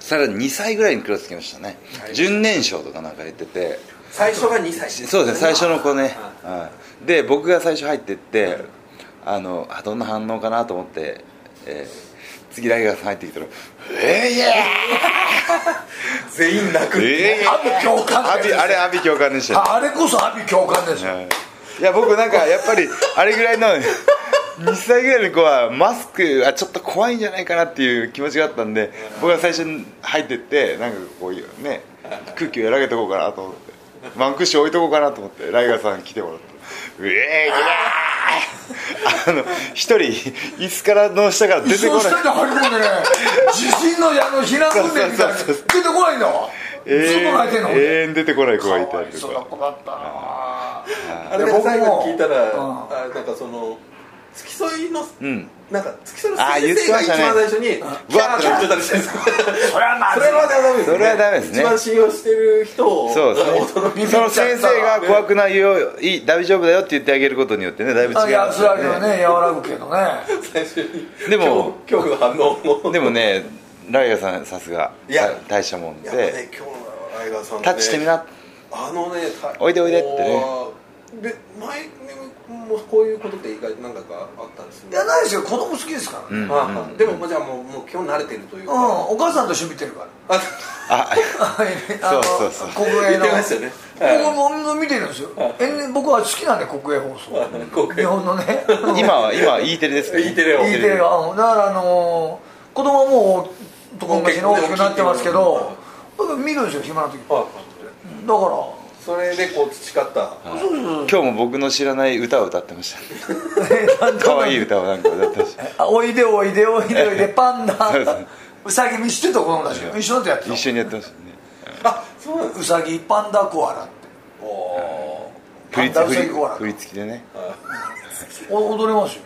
[SPEAKER 1] ーさらに2歳ぐらいにクラス来ましたね、準年少とかなんか言ってて
[SPEAKER 2] 最初が2歳
[SPEAKER 1] そうですね最初の子ね、うんで僕が最初入ってってあのあどんな反応かなと思って、えー次大学さん入ってきたら「えいや
[SPEAKER 2] 全員泣く
[SPEAKER 1] ーえいや
[SPEAKER 3] 阿鼻共
[SPEAKER 1] ー
[SPEAKER 3] 感
[SPEAKER 1] アビあれ阿鼻教官でしたね
[SPEAKER 3] ああれこそ阿鼻共感ですよ
[SPEAKER 1] はいいや僕なんかやっぱりあれぐらいの2歳ぐらいの子はマスクあちょっと怖いんじゃないかなっていう気持ちがあったんで僕が最初に入ってってなんかこういうね空気をやらげとこうかなと思ってワンクッション置いとこうかなと思ってライガーさん来てもらって「うえーい!」あの一人椅子からの下から出て
[SPEAKER 3] そ
[SPEAKER 1] こ
[SPEAKER 3] う
[SPEAKER 1] ない
[SPEAKER 3] 下に入り込んでね地震のあの避難訓練みたいな
[SPEAKER 1] そうそうそう
[SPEAKER 3] 出てこないんだわずっと泣いてんの
[SPEAKER 1] 永遠出てこない子がい
[SPEAKER 3] か
[SPEAKER 1] た
[SPEAKER 3] わ
[SPEAKER 1] り
[SPEAKER 3] い
[SPEAKER 1] と
[SPEAKER 3] そうな
[SPEAKER 1] か
[SPEAKER 3] 子だったな
[SPEAKER 2] あれ
[SPEAKER 3] 僕も
[SPEAKER 2] 最後に聞いたら
[SPEAKER 3] うん
[SPEAKER 2] あなんかその付き添いの、
[SPEAKER 1] うん
[SPEAKER 2] なんか付き添いの
[SPEAKER 1] あー言
[SPEAKER 2] 先
[SPEAKER 1] って
[SPEAKER 2] 生が
[SPEAKER 1] ま
[SPEAKER 2] 一
[SPEAKER 1] したね
[SPEAKER 2] 番最初にキャーキャーって言ったりしてるんですよ
[SPEAKER 3] それはま
[SPEAKER 2] そ
[SPEAKER 3] ず
[SPEAKER 2] れ
[SPEAKER 3] い
[SPEAKER 2] はダメですね
[SPEAKER 1] それはダメですね
[SPEAKER 2] 一番信用してる人を
[SPEAKER 1] そうですね
[SPEAKER 2] 驚き
[SPEAKER 3] ビビっち
[SPEAKER 1] そ
[SPEAKER 3] ゃ
[SPEAKER 1] の
[SPEAKER 3] った
[SPEAKER 1] 先生が怖くないよいい大丈夫だよって言ってあげることによってねだいぶ違い
[SPEAKER 3] あいや
[SPEAKER 1] ま
[SPEAKER 3] つ
[SPEAKER 1] す
[SPEAKER 3] ら
[SPEAKER 1] よ
[SPEAKER 3] ぎは
[SPEAKER 1] ね
[SPEAKER 3] ね和らぐけどね
[SPEAKER 2] 最初に
[SPEAKER 1] でも
[SPEAKER 2] 恐怖恐怖の反応も
[SPEAKER 1] でもねライアさんさすが
[SPEAKER 2] いや
[SPEAKER 1] 大したもん
[SPEAKER 2] やっぱね
[SPEAKER 1] で
[SPEAKER 2] 今日のライガーさんね
[SPEAKER 1] タッチしてみな
[SPEAKER 2] あのねた
[SPEAKER 1] おいでおいでってね
[SPEAKER 2] で前にもこういうことって意外と何回かあったんです
[SPEAKER 3] い
[SPEAKER 2] ね
[SPEAKER 3] やないですよ子供好きですからね、
[SPEAKER 1] うん
[SPEAKER 2] はいはいでももうじゃあもうもう基本慣れてるという
[SPEAKER 3] う
[SPEAKER 2] か、
[SPEAKER 3] ん
[SPEAKER 2] あ
[SPEAKER 3] お母さんと一緒に見てる から
[SPEAKER 1] あ
[SPEAKER 3] あの
[SPEAKER 1] そうそうそう
[SPEAKER 3] 国営
[SPEAKER 2] 言っ
[SPEAKER 3] の
[SPEAKER 2] てましたよね
[SPEAKER 3] 僕も僕も見てるんですよ、え僕は好きなんで国営放送
[SPEAKER 2] 国営
[SPEAKER 3] 日本のね
[SPEAKER 1] 今は今は E テレですけど
[SPEAKER 2] E テレを
[SPEAKER 3] いい手がうんだからあのー子供はもう男昔に大きくなってますけど見るんですよ暇な時だか
[SPEAKER 2] はい
[SPEAKER 3] らそ
[SPEAKER 2] それでこう培った
[SPEAKER 3] うそう
[SPEAKER 1] 今日も僕の知らない歌を歌ってまし
[SPEAKER 3] そう
[SPEAKER 1] た可愛い歌をなんか歌ってました
[SPEAKER 3] あおいでおいでおいでおいでパンダ
[SPEAKER 1] そうそう
[SPEAKER 3] ウサギ見してと子供たちが一緒になって
[SPEAKER 1] 一
[SPEAKER 3] やって
[SPEAKER 1] 緒にやってましたね
[SPEAKER 2] あそうなんです
[SPEAKER 3] ウサギパンダコアラって
[SPEAKER 2] おお
[SPEAKER 1] 振
[SPEAKER 3] パ
[SPEAKER 1] り
[SPEAKER 3] ンダウ
[SPEAKER 1] 付
[SPEAKER 3] サ
[SPEAKER 1] き
[SPEAKER 3] ギコアラ
[SPEAKER 1] 振り付きでね
[SPEAKER 3] お踊れますよ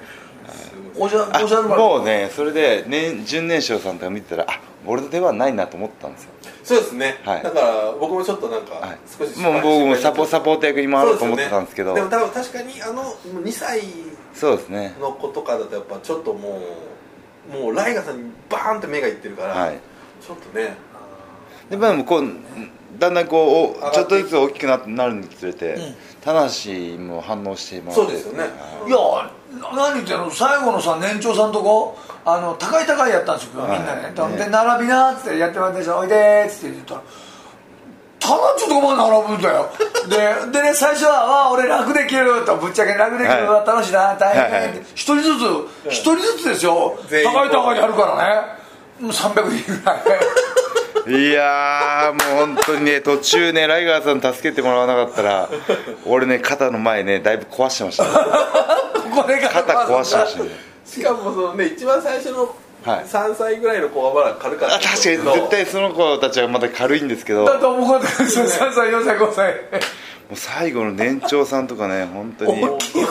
[SPEAKER 3] おじゃ
[SPEAKER 1] あ
[SPEAKER 3] おじゃる丸
[SPEAKER 1] もうねそれで年準年少さんとか見てたらあ俺ではないなと思ったんですよ
[SPEAKER 2] そうですね、
[SPEAKER 1] はい
[SPEAKER 2] だから僕もちょっとなんか
[SPEAKER 1] はい
[SPEAKER 2] 少し
[SPEAKER 1] もう僕もサポサ
[SPEAKER 2] ポ
[SPEAKER 1] ポート役に回ろうと思ってたんですけど
[SPEAKER 2] でも多分確かにあの2歳
[SPEAKER 1] そうですね
[SPEAKER 2] の子とかだとやっぱちょっともうもうライガーさんにバーンって目がいってるから、
[SPEAKER 1] はい
[SPEAKER 2] ちょっとね
[SPEAKER 1] でまあでもこうだんだんこう
[SPEAKER 2] がっ
[SPEAKER 1] お
[SPEAKER 2] て
[SPEAKER 1] ちょっとずつ大きくななるにつれて
[SPEAKER 3] うん
[SPEAKER 1] 棚橋も反応してもらって
[SPEAKER 2] そうですよね、
[SPEAKER 3] いや何言ってんの最後のさ年長さんとこあの高い高いやったんですよ、
[SPEAKER 1] はい
[SPEAKER 3] みんなね
[SPEAKER 1] ね
[SPEAKER 3] で並びなーっつってやってもらってじゃあおいでーっつって言ったら「ただちょっとまで並ぶんだ よ」ででね最初は「わあ俺楽できる」と「ぶっちゃけ楽できる」
[SPEAKER 1] はい
[SPEAKER 3] 楽しいな大
[SPEAKER 1] はいは
[SPEAKER 3] 変」
[SPEAKER 1] い
[SPEAKER 3] って一人ずつ一人ずつですよ
[SPEAKER 2] 全員
[SPEAKER 3] 高い高いやるからねもう300 人ぐらい
[SPEAKER 1] いやーもう本当にね途中ねライガーさん助けてもらわなかった ら俺ね肩の前ねだいぶ壊してました、ね、
[SPEAKER 3] ここで
[SPEAKER 1] 肩壊してました ね
[SPEAKER 2] しかもそのね一番最初の
[SPEAKER 1] はい
[SPEAKER 2] 3歳ぐらいの子はまだ軽かっ
[SPEAKER 1] あ確
[SPEAKER 2] た
[SPEAKER 1] かに絶対その子たちはまだ軽いんですけども
[SPEAKER 3] だと思うことですよ3歳4歳5歳
[SPEAKER 1] う最後の年長さんとかね本当に
[SPEAKER 2] 大きい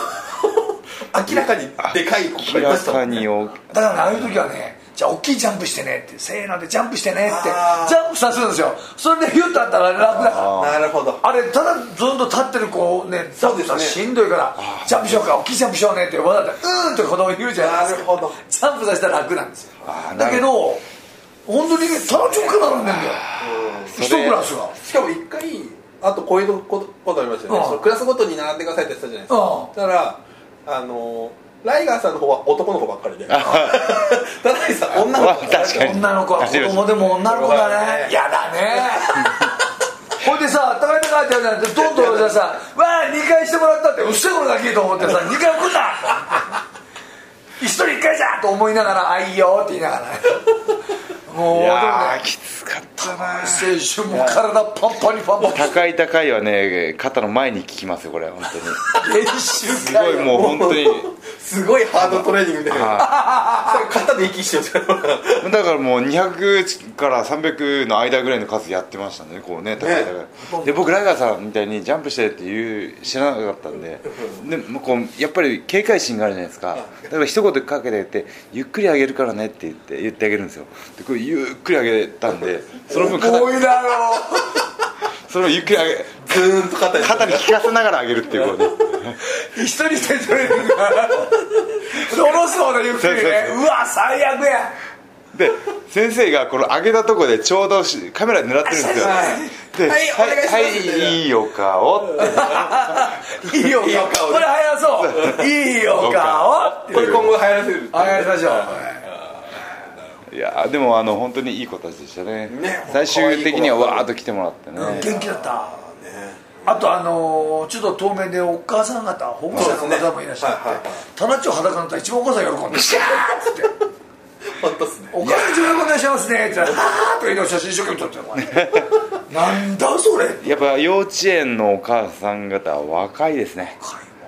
[SPEAKER 2] 明らかにでかい子が
[SPEAKER 1] 明
[SPEAKER 2] いま
[SPEAKER 1] ら
[SPEAKER 2] したも
[SPEAKER 1] か
[SPEAKER 2] んね
[SPEAKER 1] に大き
[SPEAKER 3] だからああいう時はねじゃあ大きいジャンプしてねってせーのでジャンプしてねって
[SPEAKER 2] あー
[SPEAKER 3] ジャンプさせるんですよそれでヒュッとあったら楽だから
[SPEAKER 2] なるほど
[SPEAKER 3] あれただずっと立ってる子をねジャンプしたら
[SPEAKER 2] そうですね
[SPEAKER 3] しんどいからジャンプしようか大きいジャンプしようねってわざとうーんって子供言うじゃないですか
[SPEAKER 2] なるほど
[SPEAKER 3] ジャンプさせたら楽なんですよ
[SPEAKER 1] あーな
[SPEAKER 3] だ
[SPEAKER 1] る
[SPEAKER 3] けど本当にねただちょっく並んでんだよ一
[SPEAKER 1] それ
[SPEAKER 3] クラスが
[SPEAKER 2] しかも一回あとこういうことありましたよね、
[SPEAKER 3] うん
[SPEAKER 2] そのクラスごとに並んでくださいって言ってたじゃないです
[SPEAKER 3] う
[SPEAKER 2] か、
[SPEAKER 3] ん
[SPEAKER 2] だからあのライガーさんの方は男の子ばっかりで田 中さん女の子ばっかり
[SPEAKER 1] 確かに
[SPEAKER 3] 女の子は子供でも女の子だねやだねほいでさ高い高いってやるじゃなくてどんどんじゃさ「わあ2回してもらった」ってうっせえこれだけと思ってさ2回来んな一人1回じゃんと思いながら「あいいよ」って言いながら
[SPEAKER 1] い
[SPEAKER 3] もうでも
[SPEAKER 1] やー
[SPEAKER 3] ね
[SPEAKER 1] きつかったな
[SPEAKER 3] 青春も体パンパンにパンパン
[SPEAKER 1] 高い高いはね肩の前に効きますよこれ本当に
[SPEAKER 3] 練習
[SPEAKER 1] すごいもう本当に
[SPEAKER 2] すごいハードトレーニングみたいなそれ肩で息してましたから
[SPEAKER 1] だからもう200から300の間ぐらいの数やってましたねこうね高い高い、で僕ライガーさんみたいにジャンプしてっていう知らなかったんででもうこうやっぱり警戒心があるじゃないですかだから一言かけてあげて「ゆっくり上げるからね」って言って言ってあげるんですよでこれゆっくり上げたんでその分肩
[SPEAKER 3] 重いだろ
[SPEAKER 1] それをゆっくり上げ
[SPEAKER 2] ずーんと肩に
[SPEAKER 1] 肩に効かせながら上げるっていうこうね
[SPEAKER 3] 一人一人トレーニングが下ろすほどゆっくり
[SPEAKER 1] そう
[SPEAKER 3] ね
[SPEAKER 1] そう
[SPEAKER 3] うわ最悪や
[SPEAKER 1] で先生がこの上げたとこでちょうどしカメラ狙ってるんですよで
[SPEAKER 2] はいお願いします
[SPEAKER 1] はい、いいお顔」って
[SPEAKER 3] いいよ顔
[SPEAKER 2] いいよ顔
[SPEAKER 3] これ流行そういいよ顔
[SPEAKER 2] これ今後流行らせる
[SPEAKER 3] お願いしましょう
[SPEAKER 1] いやーでもあの本当にいい子たちでしたね
[SPEAKER 2] ね
[SPEAKER 1] 最終的には
[SPEAKER 2] 可愛い子ばっかり
[SPEAKER 1] わーっと来てもらってね、
[SPEAKER 3] 元気だったあとあのーちょっと透明でお母さん方保護者の方もいらっしゃって
[SPEAKER 2] そうですねはいはいはい
[SPEAKER 3] タナッチョ裸になったら一番お母さん喜んで「シャー!」っつって
[SPEAKER 2] 本当っすね
[SPEAKER 3] 「お母さん一番喜んでらっしゃいますね」って言ったら「あー」とか言って写真一生懸命撮ってるお前なんだそれ
[SPEAKER 1] やっぱ幼稚園のお母さん方は若いですね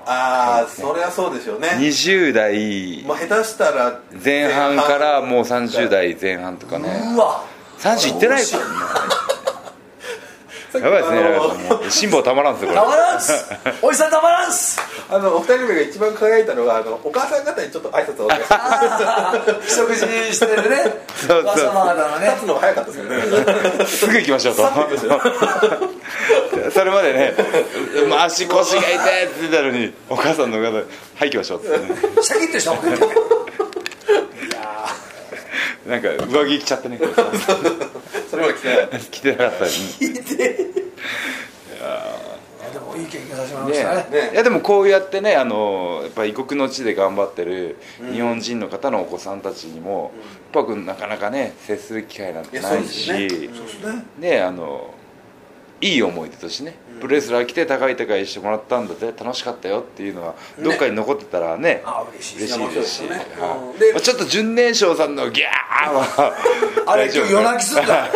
[SPEAKER 2] ああそりゃそうでしょうね
[SPEAKER 1] 20代
[SPEAKER 2] まあ下手したら
[SPEAKER 1] 前半からもう30代前半とかね
[SPEAKER 3] うわ
[SPEAKER 1] 30いってないか
[SPEAKER 2] さっき
[SPEAKER 1] やばいですね
[SPEAKER 2] あ
[SPEAKER 1] ラ
[SPEAKER 2] の
[SPEAKER 1] ガさんも辛抱たまらんですよこ
[SPEAKER 3] たま
[SPEAKER 1] れ
[SPEAKER 3] らんっすおじさんたまらんっす
[SPEAKER 2] あのお二人目が一番輝いたのがあのお母さん方にちょっと挨拶をお願いします
[SPEAKER 3] 食事してるね
[SPEAKER 1] そうそう
[SPEAKER 3] お母様方のね
[SPEAKER 2] 立つのが早かったですけどね
[SPEAKER 1] すぐ行きましょうと
[SPEAKER 2] さっき言いましたよ
[SPEAKER 1] それまでね「もう足腰が痛い」って言ってたのにお母さんの方「はい行きましょう」ってね
[SPEAKER 3] シャキッとしたもんね
[SPEAKER 1] なんか上着着ちゃってね
[SPEAKER 2] それは来てない
[SPEAKER 1] 着てなかったですね
[SPEAKER 3] でもいい経験させてもらいましたね
[SPEAKER 1] ねいやでもこうやってねあのやっぱ異国の地で頑張ってる日本人の方のお子さんたちにも、やっぱなかなかね接する機会なんてないし
[SPEAKER 2] いやそうです
[SPEAKER 1] ね
[SPEAKER 2] そうですね
[SPEAKER 1] あのいい思い出としてね、プロレスラー来て高い高いしてもらったんだって楽しかったよっていうのはどっかに残ってたらね
[SPEAKER 3] あ嬉しいで
[SPEAKER 1] 嬉
[SPEAKER 3] す
[SPEAKER 1] しいですし、
[SPEAKER 2] いや面白いですよね
[SPEAKER 1] はい
[SPEAKER 2] うんで
[SPEAKER 1] まあちょっと純年少さんのギャーは
[SPEAKER 3] あれ今日夜泣きすん だ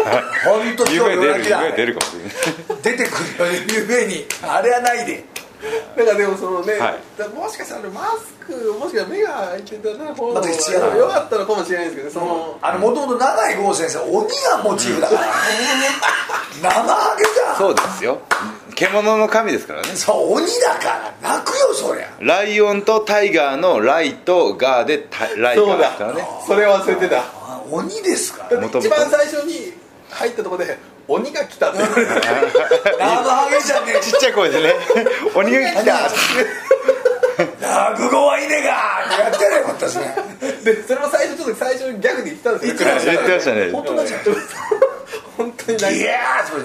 [SPEAKER 3] 本当今日
[SPEAKER 1] 夢出
[SPEAKER 3] 夜
[SPEAKER 1] る
[SPEAKER 3] 泣きだ
[SPEAKER 1] 夢出るかもしれない
[SPEAKER 3] 出てくるよ夢にあれはないで
[SPEAKER 2] だからでもそのね、
[SPEAKER 1] はい
[SPEAKER 2] だからもしかしたらマスクもしかしたら目が開いてたら方
[SPEAKER 3] だ
[SPEAKER 2] が
[SPEAKER 3] って違うな
[SPEAKER 2] よかったのかもしれないですけどねその、
[SPEAKER 3] あのもともと永井剛先生鬼がモチーフ だから生ハゲじゃん
[SPEAKER 1] そうですよ獣の神ですからね
[SPEAKER 3] そう鬼だから泣くよそりゃ
[SPEAKER 1] ライオンとタイガーのライとガーでタライガ
[SPEAKER 2] そ
[SPEAKER 1] ー
[SPEAKER 2] う
[SPEAKER 1] で
[SPEAKER 2] だ
[SPEAKER 1] すからね
[SPEAKER 2] それ忘れてただ
[SPEAKER 3] あ鬼ですから
[SPEAKER 2] っ
[SPEAKER 1] も
[SPEAKER 2] て
[SPEAKER 1] ともと
[SPEAKER 2] 一番最初に入ったところで鬼が来たって言われて
[SPEAKER 3] ラブハゲじゃねえ
[SPEAKER 1] ちっちゃい声で ね鬼が来た
[SPEAKER 3] 落語はいねがってやってるよ私ね
[SPEAKER 2] でそれも最初ちょっと最初にギャグで言ってたんです
[SPEAKER 1] 言
[SPEAKER 2] よ
[SPEAKER 1] ってましたね
[SPEAKER 3] 本当だじゃん
[SPEAKER 2] 本当に泣い
[SPEAKER 3] い
[SPEAKER 2] て
[SPEAKER 3] やーそれ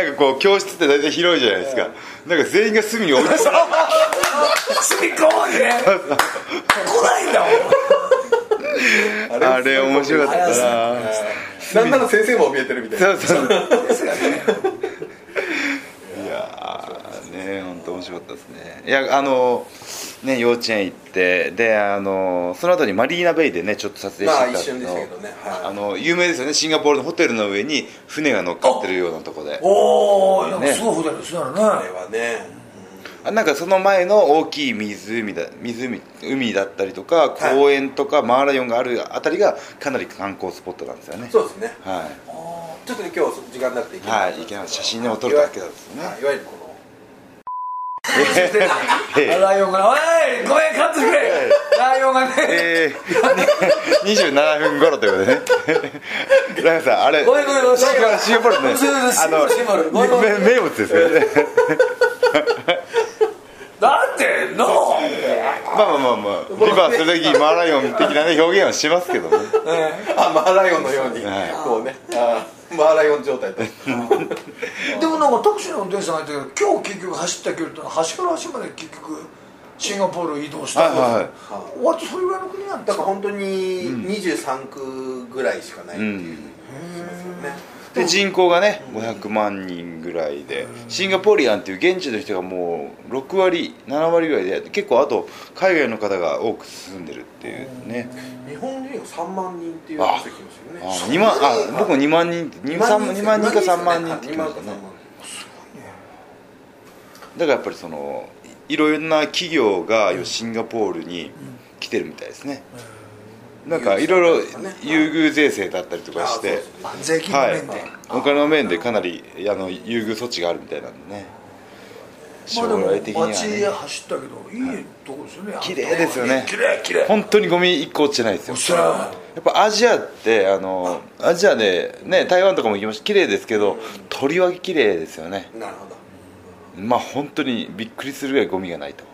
[SPEAKER 3] で
[SPEAKER 1] なんかこう教室って大体広いじゃないですかなんか全員が隅に置いてた
[SPEAKER 3] 隅っこの方にね来ないんだ
[SPEAKER 1] あれ面白かったな
[SPEAKER 2] なんなら先生も怯えてるみたいな
[SPEAKER 1] そうそう
[SPEAKER 3] もんですがね
[SPEAKER 1] いやーね本当面白かったですねいやあのね幼稚園行ってであのその後にマリーナベイでねちょっと撮影してたんです
[SPEAKER 2] まあ一瞬でしたけどねはい
[SPEAKER 1] あの有名ですよねシンガポールのホテルの上に船が乗っかってるようなとこで
[SPEAKER 3] おーなんかすごいホテルですねあ
[SPEAKER 2] あ
[SPEAKER 3] れ
[SPEAKER 2] れ
[SPEAKER 3] ね
[SPEAKER 2] はね
[SPEAKER 1] あなんかその前の大きい湖だ湖海だったりとか
[SPEAKER 2] はい
[SPEAKER 1] 公園とかマーライオンがあるあたりがかなり観光スポットなんですよね
[SPEAKER 2] そうですね
[SPEAKER 1] は
[SPEAKER 2] ちょっとね今日は時間なくてい
[SPEAKER 1] い、はい、いけない写真を撮るだけなんですよね
[SPEAKER 2] はいいわゆるこの
[SPEAKER 3] ライオンが「おいごめんカットしてくれ!」ライオンがね
[SPEAKER 1] えー、27分 頃ということでねライさんあれ
[SPEAKER 3] ごめんごめんごめん
[SPEAKER 1] シンガシンガポールね
[SPEAKER 3] そうそ
[SPEAKER 1] あ
[SPEAKER 3] う
[SPEAKER 1] の
[SPEAKER 3] シンガポールごめんごめん
[SPEAKER 1] め名物ですよね
[SPEAKER 3] だっての
[SPEAKER 1] まあまあまあまあリバーする時マーライオン的なね表現はしますけども
[SPEAKER 2] あマーライオンのように
[SPEAKER 1] はい
[SPEAKER 2] こうねあーマーライオン状態 と
[SPEAKER 3] でもなんかタクシーの運転手さんが言ったけど今日結局走った距離ってのは端から端まで結局シンガポール移動した
[SPEAKER 1] はいはいは
[SPEAKER 3] 割とそれぐらいの国なん
[SPEAKER 2] だ
[SPEAKER 3] だ
[SPEAKER 2] から本当に23区ぐらいしかないっていうしますよね
[SPEAKER 1] で人口がね500万人ぐらいでシンガポリアンっていう現地の人がもう6割7割ぐらいで結構あと海外の方が多く住んでるっていうね
[SPEAKER 2] 日本人が3万人っていう話できますよね
[SPEAKER 1] あ2万あ僕2万人って2万
[SPEAKER 2] です
[SPEAKER 1] 2
[SPEAKER 2] よ
[SPEAKER 1] 万人か3万人って
[SPEAKER 2] 二
[SPEAKER 1] 言
[SPEAKER 2] 万
[SPEAKER 1] って
[SPEAKER 2] か3
[SPEAKER 1] ました
[SPEAKER 2] 万
[SPEAKER 1] ねだからやっぱりそのいいろいろな企業がシンガポールに来てるみたいですねなんかいろいろ優遇税制だったりとかし
[SPEAKER 2] あ
[SPEAKER 1] て
[SPEAKER 2] そうそう
[SPEAKER 3] あ税金の
[SPEAKER 1] はい
[SPEAKER 3] 面で、
[SPEAKER 1] お金の面でかなりあの優遇措置があるみたいなんでね将
[SPEAKER 3] まあでも
[SPEAKER 1] 来的には
[SPEAKER 3] 街
[SPEAKER 1] ね
[SPEAKER 3] 走ったけどいいとこですよね、
[SPEAKER 1] 綺麗ですよね
[SPEAKER 3] 綺麗綺麗
[SPEAKER 1] 本当にゴミ1個落ちてないですよ
[SPEAKER 3] おしゃれ
[SPEAKER 1] やっぱアジアってあのアジアでね台湾とかも行きました綺麗ですけど鳥は綺麗ですよね
[SPEAKER 2] なるほど
[SPEAKER 1] まあ本当にびっくりするぐらいゴミがないと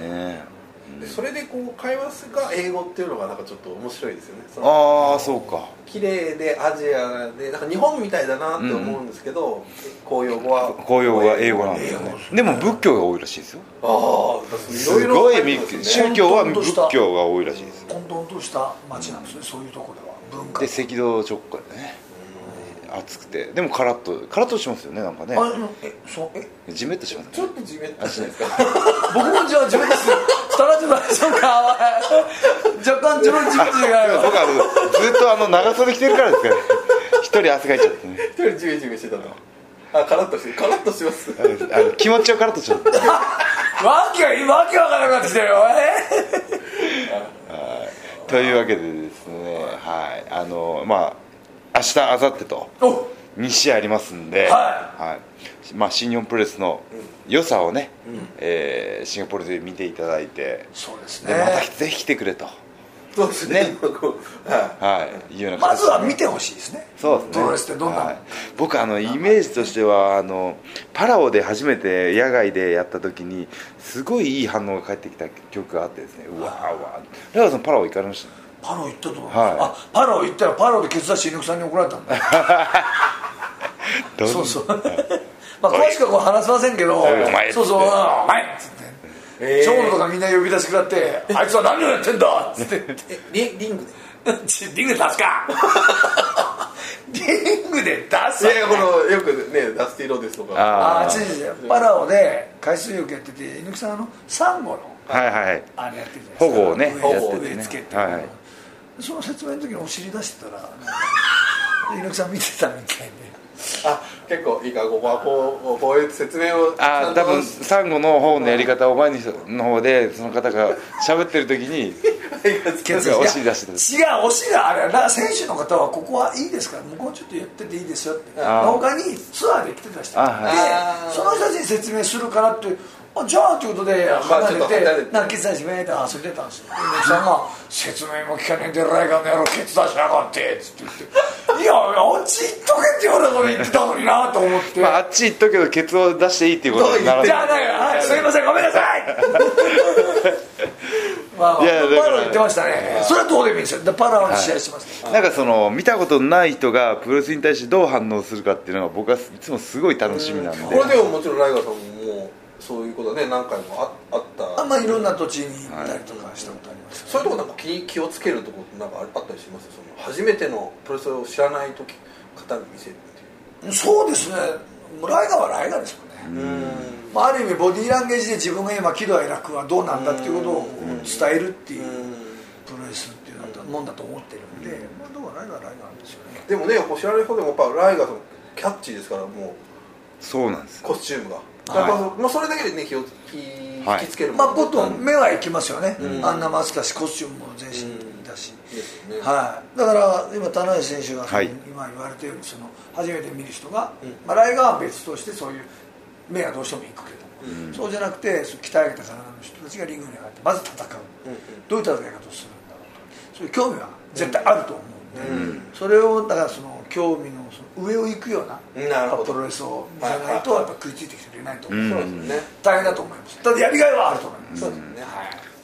[SPEAKER 1] ね
[SPEAKER 2] でそれでこう会話が英語っていうのがなんかちょっと面白いですよねその
[SPEAKER 1] ああそうか
[SPEAKER 2] 綺麗でアジアでなんか日本みたいだなって思うんですけど、公用語は
[SPEAKER 1] 公用語は英語なんですよねでも仏教が多いらしいですよ
[SPEAKER 2] ああいろ
[SPEAKER 1] す
[SPEAKER 2] い
[SPEAKER 1] ご
[SPEAKER 2] ろ
[SPEAKER 1] いみ
[SPEAKER 2] 入ってますね
[SPEAKER 1] 宗教は仏教が多いらしいです
[SPEAKER 3] 混沌とした街なんですね、そういうとこでは文化
[SPEAKER 1] で赤道直下でね暑くてでもカラッとカラッとしますよねなんかね
[SPEAKER 3] あのえそうえ
[SPEAKER 1] ジメッとします
[SPEAKER 2] ちょっと地面としないですか
[SPEAKER 3] 僕もじゃあ自分ですスタラジバージョンか若干自分自分自分が
[SPEAKER 1] 僕あのずっとあの長袖着てるからですから一人汗かいちゃってね
[SPEAKER 2] 一人地面地面してたのあカラッとしてカラッとしてます
[SPEAKER 1] あのあの気持ちをカラッとしちゃって
[SPEAKER 3] わけがわけわからなくなってきたよえ
[SPEAKER 1] というわけでですねはいあのまあ明日明後日と
[SPEAKER 3] お
[SPEAKER 1] 2試合ありますんで、
[SPEAKER 3] は
[SPEAKER 1] はいまあ、新日本プロレスの良さをね、えーシンガポールで見ていただいて、
[SPEAKER 3] そうです
[SPEAKER 1] で
[SPEAKER 3] ね
[SPEAKER 1] またぜひ来てくれと、
[SPEAKER 2] そうですね
[SPEAKER 1] ね
[SPEAKER 2] こうはい
[SPEAKER 1] はい、いうような
[SPEAKER 3] ま
[SPEAKER 1] 形
[SPEAKER 3] ずは見てほしいですね
[SPEAKER 1] そうですね
[SPEAKER 3] プロレスってどんな、
[SPEAKER 1] はい僕あのイメージとしてはあのパラオで初めて野外でやった時にすごいいい反応が返ってきた曲があってですねうわーうわーラガさんパラオ行かれました
[SPEAKER 3] パロ行ったと思う、
[SPEAKER 1] はい
[SPEAKER 3] あパロ行ったらパロでケツ出し犬さんに怒られたんだ
[SPEAKER 1] ど
[SPEAKER 3] そ うそうまあ詳しくはこう話せませんけど
[SPEAKER 1] おいお前っつって
[SPEAKER 3] そうそううんお前っつって
[SPEAKER 2] えー
[SPEAKER 3] 長野とかみんな呼び出してくらって「あいつは何をやってんだ!」っつって
[SPEAKER 2] えリリングで
[SPEAKER 3] ちリングで出すか リングで出す
[SPEAKER 2] いやいやこのよくねダスティローデスとか
[SPEAKER 1] あ
[SPEAKER 3] あ
[SPEAKER 1] あ
[SPEAKER 3] あ知事パラオで海水浴やってて猪木さんあのサンゴの
[SPEAKER 1] はいはい
[SPEAKER 3] あれやってるじゃないですか
[SPEAKER 1] 保護をね
[SPEAKER 3] 上
[SPEAKER 2] 保護を
[SPEAKER 1] やってて
[SPEAKER 3] 植え
[SPEAKER 1] ね
[SPEAKER 3] 付けて、
[SPEAKER 1] はい
[SPEAKER 3] その説明の時にお尻出してた ら猪木さん見てたみたいで。
[SPEAKER 2] あ結構いいかここはこうこういう説明をち
[SPEAKER 1] あ
[SPEAKER 2] ゃ
[SPEAKER 1] あ
[SPEAKER 2] ん
[SPEAKER 1] 多
[SPEAKER 2] と
[SPEAKER 1] 分サンゴの方のやり方を前の人の方でその方が喋ってる時にケツがお尻出してた
[SPEAKER 3] 違うお尻はあれだ選手の方はここはいいですから向こうちょっとやってていいですよって
[SPEAKER 1] あー
[SPEAKER 3] 他にツアーで来てた人がいて
[SPEAKER 2] あー
[SPEAKER 3] その人たちに説明するからってあじゃあということで
[SPEAKER 2] まあ
[SPEAKER 3] 離
[SPEAKER 2] ちょっ
[SPEAKER 3] れ
[SPEAKER 2] と
[SPEAKER 3] て
[SPEAKER 2] 離れて
[SPEAKER 3] なんかケツ出しめーって遊んでたんですよで奥さんが「説明も聞かねえんでライガーの野郎ケツ出しやがって」っつって言って「いやあっち行っとけ」って言われたこと言ってたのになと思って。
[SPEAKER 1] まあ、あっち行っとくけどケツを出していいっていうことになら
[SPEAKER 2] ど
[SPEAKER 1] ない
[SPEAKER 2] う
[SPEAKER 3] じゃあだよ、はい、すみません、ごめんなさい。まあ、
[SPEAKER 1] いやだから
[SPEAKER 3] パラオ言ってましたね。それはどうでもいいですよ。でパラオに試合してます。
[SPEAKER 1] なんかその見たことのない人がプロレスに対してどう反応するかっていうのが僕はいつもすごい楽しみなんで、
[SPEAKER 2] これでももちろんライガーさんももうそういうことね何回もああった
[SPEAKER 3] あんまいろんな土地に行ったりとかしたことあります。
[SPEAKER 2] そういうとこなんか気気をつけるとこってなんかあったりしますその初めてのプロレスを知らない時方に見せるって
[SPEAKER 3] そうですね。ライガーはライガーですもんね。
[SPEAKER 2] いううん
[SPEAKER 3] まあ、ある意味ボディーランゲージで自分が今喜怒哀楽はどうなんだっていうことを伝えるっていうプロレスっていうのはもんだと思ってるんで、まあ、どうもライガーはライガーなんですよね。
[SPEAKER 2] でもねこう知らない方でもやっぱライガーさんキャッチーですからも
[SPEAKER 1] そうなんです
[SPEAKER 2] う
[SPEAKER 1] よ
[SPEAKER 2] コスチュームが、
[SPEAKER 1] い
[SPEAKER 2] やっぱそもうそれだけでね気を気
[SPEAKER 1] はい
[SPEAKER 2] 引きつける
[SPEAKER 3] まあ、
[SPEAKER 2] も
[SPEAKER 3] こ
[SPEAKER 2] の
[SPEAKER 3] と目はいきますよね、あんなマスクだしコスチュームも全身だし、
[SPEAKER 2] ですよね
[SPEAKER 3] はい、だから今田中選手がその、
[SPEAKER 1] はい
[SPEAKER 3] 今言われたようにその初めて見る人が、まあ、ライガーは別としてそういう目はどうしてもいくけども、そうじゃなくてその鍛え上げた体の人たちがリングに上がってまず戦う、どういう戦い方をするんだろうとそういう興味は絶対あると思うんで、それをだからその興味のその上を行くような
[SPEAKER 2] なるほど
[SPEAKER 3] プロレスをじゃないとやっぱ食いついてきてくれないと思う、
[SPEAKER 2] そうですね、
[SPEAKER 3] 大変だと思いますただやりがいはあると思います、
[SPEAKER 2] そうですね、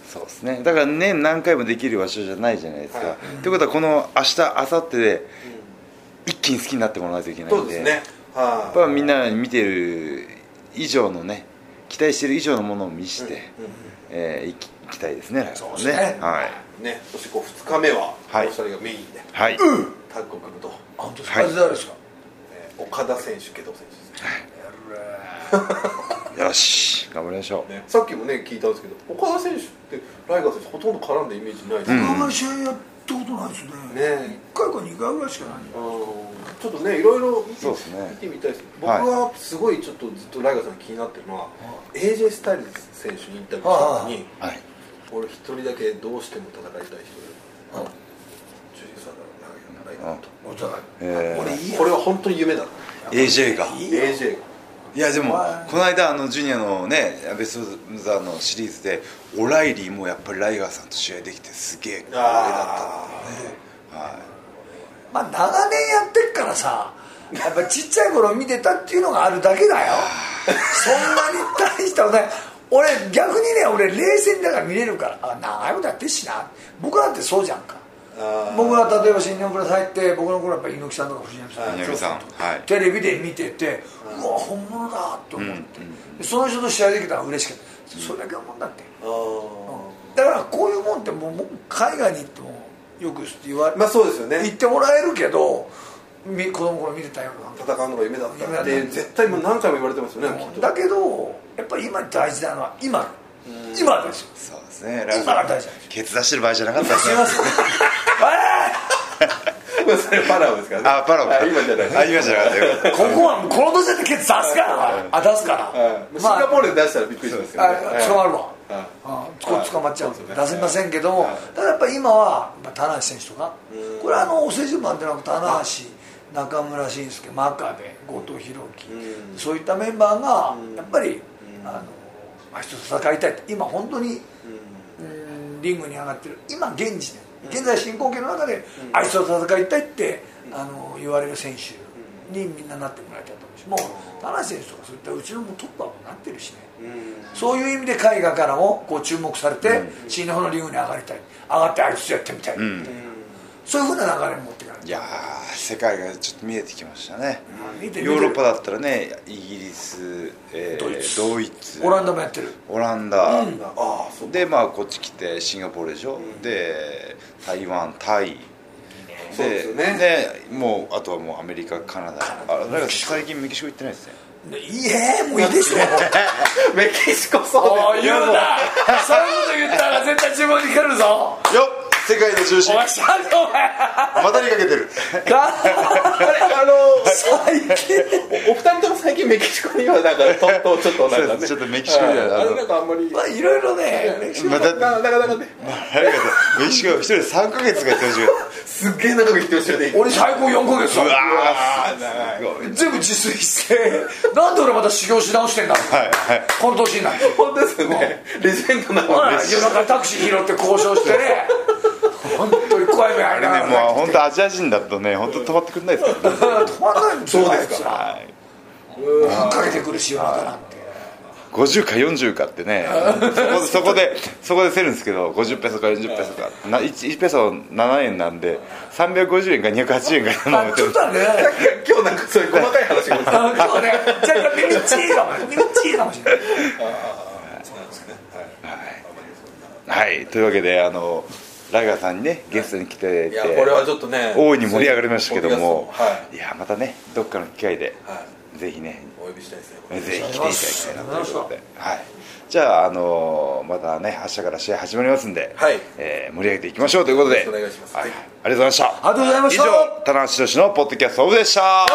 [SPEAKER 1] そうですねだから年何回もできる場所じゃないじゃないですか、
[SPEAKER 2] はい
[SPEAKER 1] ってことはこの明日明後日で一気に好きになってもらわないといけない
[SPEAKER 2] そ
[SPEAKER 1] ん
[SPEAKER 2] う
[SPEAKER 1] で
[SPEAKER 2] ですね
[SPEAKER 1] やっ
[SPEAKER 2] は
[SPEAKER 1] ぱみんなに見てる以上のね期待してる以上のものを見せて、えーいきいきたいですね来
[SPEAKER 3] そう
[SPEAKER 1] 年
[SPEAKER 3] で
[SPEAKER 1] も
[SPEAKER 3] すね
[SPEAKER 1] はい、
[SPEAKER 2] いねそしてこう2日目は
[SPEAKER 1] はい
[SPEAKER 2] お二人がメインで
[SPEAKER 1] はい
[SPEAKER 2] タッグを組むと、
[SPEAKER 3] あ本当です
[SPEAKER 1] はい
[SPEAKER 3] あれ誰ですか
[SPEAKER 2] えー岡田選手ケ藤選手ですね
[SPEAKER 1] よし頑張りましょう、
[SPEAKER 2] ねさっきもね聞いたんですけど岡田選手ってライガー選手ほとんど絡んだイメージないですよね、
[SPEAKER 3] 僕あんまり試合やったことないですね
[SPEAKER 2] ね
[SPEAKER 3] 1回か2回ぐらいしかないんで
[SPEAKER 2] あのちょっとねいろいろ見て
[SPEAKER 1] そうですね
[SPEAKER 2] 見てみたいです僕
[SPEAKER 1] はい
[SPEAKER 2] はすごいちょっとずっとライガーさんが気になってるのは、AJ スタイルズ選手にインタビューした時に、
[SPEAKER 1] はい、
[SPEAKER 2] 俺一人だけどうしても戦いたい
[SPEAKER 3] う
[SPEAKER 2] 人がいる
[SPEAKER 3] ん
[SPEAKER 2] ジュリーさんだライガーライガーと
[SPEAKER 3] お互い
[SPEAKER 1] えー
[SPEAKER 3] 俺いいや
[SPEAKER 2] これは本当に夢だ
[SPEAKER 1] AJ が
[SPEAKER 3] いいよ
[SPEAKER 2] AJ が
[SPEAKER 1] いやでも
[SPEAKER 3] はい
[SPEAKER 1] この間あのジュニアのねベストザーのシリーズでオライリーもやっぱりライガーさんと試合できてすげえ光栄だっ
[SPEAKER 2] あ
[SPEAKER 1] たは
[SPEAKER 3] まあ長年やってっからさやっぱちっちゃい頃見てたっていうのがあるだけだよそんなに大したことない俺逆にね俺冷静にだから見れるからあ長いことやってっしな僕なんてそうじゃんか
[SPEAKER 2] あー
[SPEAKER 3] 僕が例えば新日本プロレス入って僕の頃やっぱ猪木さんとか藤波さんとか
[SPEAKER 1] い宮城さんはい
[SPEAKER 3] テレビで見ててうわ本物だと思って、でその人と試合できたら嬉しかったそれだけのもんだって、
[SPEAKER 2] あー
[SPEAKER 3] だからこういうもんってもうもう海外に行ってもよく言われ、
[SPEAKER 2] まあそうですよ
[SPEAKER 3] 言っ
[SPEAKER 2] ね
[SPEAKER 3] てもらえるけどみ子供の頃見てたような
[SPEAKER 2] 戦うのが夢だったっ
[SPEAKER 3] 夢
[SPEAKER 2] て
[SPEAKER 3] だった
[SPEAKER 2] 絶対もう何回も言われてますよねきっと
[SPEAKER 3] だけどやっぱり今大事なのは今今ですよ
[SPEAKER 1] いそうですね
[SPEAKER 3] 今が大事なんですよ
[SPEAKER 1] ケツ出してる場合じゃなかったです
[SPEAKER 3] すい
[SPEAKER 1] ね
[SPEAKER 3] ません
[SPEAKER 2] まあそれパラオですからね
[SPEAKER 1] あパラオか
[SPEAKER 2] あ今じゃない
[SPEAKER 1] あ今じゃなかったよかっ
[SPEAKER 3] えーここはもうこの年でケツ出すからあ出すから、
[SPEAKER 2] はいシンガポールで出したらびっくりしますよね
[SPEAKER 3] あ捕まるわ、
[SPEAKER 2] はい
[SPEAKER 3] あこう捕まっちゃう、
[SPEAKER 2] そうですね
[SPEAKER 3] 出せませんけども、ただやっぱり今はやっぱ棚橋選手とか、これはあのお世辞マンでなく棚橋中村慎介真壁後藤弘樹、
[SPEAKER 2] うん
[SPEAKER 3] そういったメンバーが
[SPEAKER 2] うん
[SPEAKER 3] やっぱり、
[SPEAKER 2] うん
[SPEAKER 3] あのまあ一つ戦いたいと今本当に、うんリングに上がってる今現時
[SPEAKER 2] うん
[SPEAKER 3] 点現在進行形の中で、
[SPEAKER 2] うん
[SPEAKER 3] あいつと戦いたいって、あの言われる選手にみんななってもらいたいと思うしもう田中選手とかそういったうちのもうトップはもうなってるしね、そういう意味で海外からもこう注目されて、新日本のリーグに上がりたい上がってあいつとやってみたい、
[SPEAKER 1] ん
[SPEAKER 3] そういうふうな流れに持っていかない
[SPEAKER 1] いやー世界がちょっと見えてきましたね
[SPEAKER 3] うん見て見て
[SPEAKER 1] ヨーロッパだったらねイギリス、えー
[SPEAKER 3] ドイツ
[SPEAKER 1] ドイツ
[SPEAKER 3] オランダもやってる
[SPEAKER 1] オランダ、
[SPEAKER 2] ああそう
[SPEAKER 1] でまあこっち来てシンガポールでしょ、
[SPEAKER 2] ん
[SPEAKER 1] で台湾タイ
[SPEAKER 2] そうですよね
[SPEAKER 1] でもうあとはもうアメリカカナダあなんか最近メキシコ行ってないですね
[SPEAKER 3] ねいいえもういい でしょ
[SPEAKER 2] メキシコそ
[SPEAKER 3] お
[SPEAKER 2] う
[SPEAKER 3] い言うなそういうこと言ったら絶対自分に来るぞ
[SPEAKER 1] よっ世界の中
[SPEAKER 3] お
[SPEAKER 1] 心
[SPEAKER 3] 前しゃべお前
[SPEAKER 1] 股にかけてる
[SPEAKER 2] あの
[SPEAKER 3] 最近
[SPEAKER 2] おお二人とも最近メキシコにはなんかとうとうちょっとなん
[SPEAKER 1] そ
[SPEAKER 2] か
[SPEAKER 1] うで
[SPEAKER 2] ね
[SPEAKER 1] すちょっとメキシコには
[SPEAKER 2] はい
[SPEAKER 1] あの
[SPEAKER 2] あれなんかあんまり
[SPEAKER 3] まあいろいろね歴史
[SPEAKER 1] まあだって
[SPEAKER 2] ななかなかね
[SPEAKER 1] ありがとう メキシコ一人で3ヶ月が行ってほしい
[SPEAKER 2] すっげえ長く言ってましたよね
[SPEAKER 3] 俺最高4ヶ月だ
[SPEAKER 1] うわ
[SPEAKER 2] 長
[SPEAKER 1] ーすごい
[SPEAKER 3] 全部自炊してなんで俺また修行し直してんだろう、
[SPEAKER 1] はいはい
[SPEAKER 3] この年になって
[SPEAKER 2] 本当ですよねレジェンドな
[SPEAKER 3] ほ
[SPEAKER 2] の
[SPEAKER 3] ら
[SPEAKER 2] で
[SPEAKER 3] 夜中タクシー拾って交渉してね本当に怖い目あ
[SPEAKER 1] あ
[SPEAKER 3] り
[SPEAKER 1] れ
[SPEAKER 3] なが
[SPEAKER 1] ね
[SPEAKER 3] ら
[SPEAKER 1] もう本当アジア人だとね本当止まってくんない ですから、ね、
[SPEAKER 3] 止まんないもん
[SPEAKER 2] そうですか
[SPEAKER 3] あ
[SPEAKER 1] はい
[SPEAKER 3] いつらかけてくるし夜中なんて
[SPEAKER 1] 50か40かってねそこそ こでそこで競るんですけど50ペソか40ペソかな 1, ペソ7円なんで350円か280円かな
[SPEAKER 3] あ
[SPEAKER 1] の
[SPEAKER 3] ちょっとはね
[SPEAKER 2] 今日なんかそういう細かい話が多いです
[SPEAKER 3] あ今日ね若干耳ちいかもね耳ちいかもしれない
[SPEAKER 2] そうなんですね
[SPEAKER 1] はいというわけであのラガーさんにねゲストに来てい
[SPEAKER 2] い
[SPEAKER 1] て
[SPEAKER 2] やこれはちょっとね
[SPEAKER 1] 大いに盛り上がりましたけども、、
[SPEAKER 2] はい
[SPEAKER 1] やまたねどっかの機会で、
[SPEAKER 2] いは
[SPEAKER 1] ぜひね
[SPEAKER 2] いお呼びしたいですねこ
[SPEAKER 1] ぜ
[SPEAKER 2] れ
[SPEAKER 1] ひ来ていただきたいなということで、はい、じゃあ、あのまたね明日から試合始まりますんで、
[SPEAKER 2] はい
[SPEAKER 1] えー盛り上げていきましょうということで
[SPEAKER 2] よろしくお願いします
[SPEAKER 1] はい、あ
[SPEAKER 2] はい
[SPEAKER 1] りがとうございました
[SPEAKER 3] ありがとうございました
[SPEAKER 1] 以上棚橋宏のポッドキャストオブでした
[SPEAKER 3] ダウ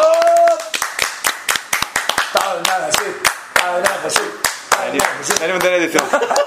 [SPEAKER 3] ナーシュダウナーシュダウナーシュ
[SPEAKER 1] 何も出ないですよ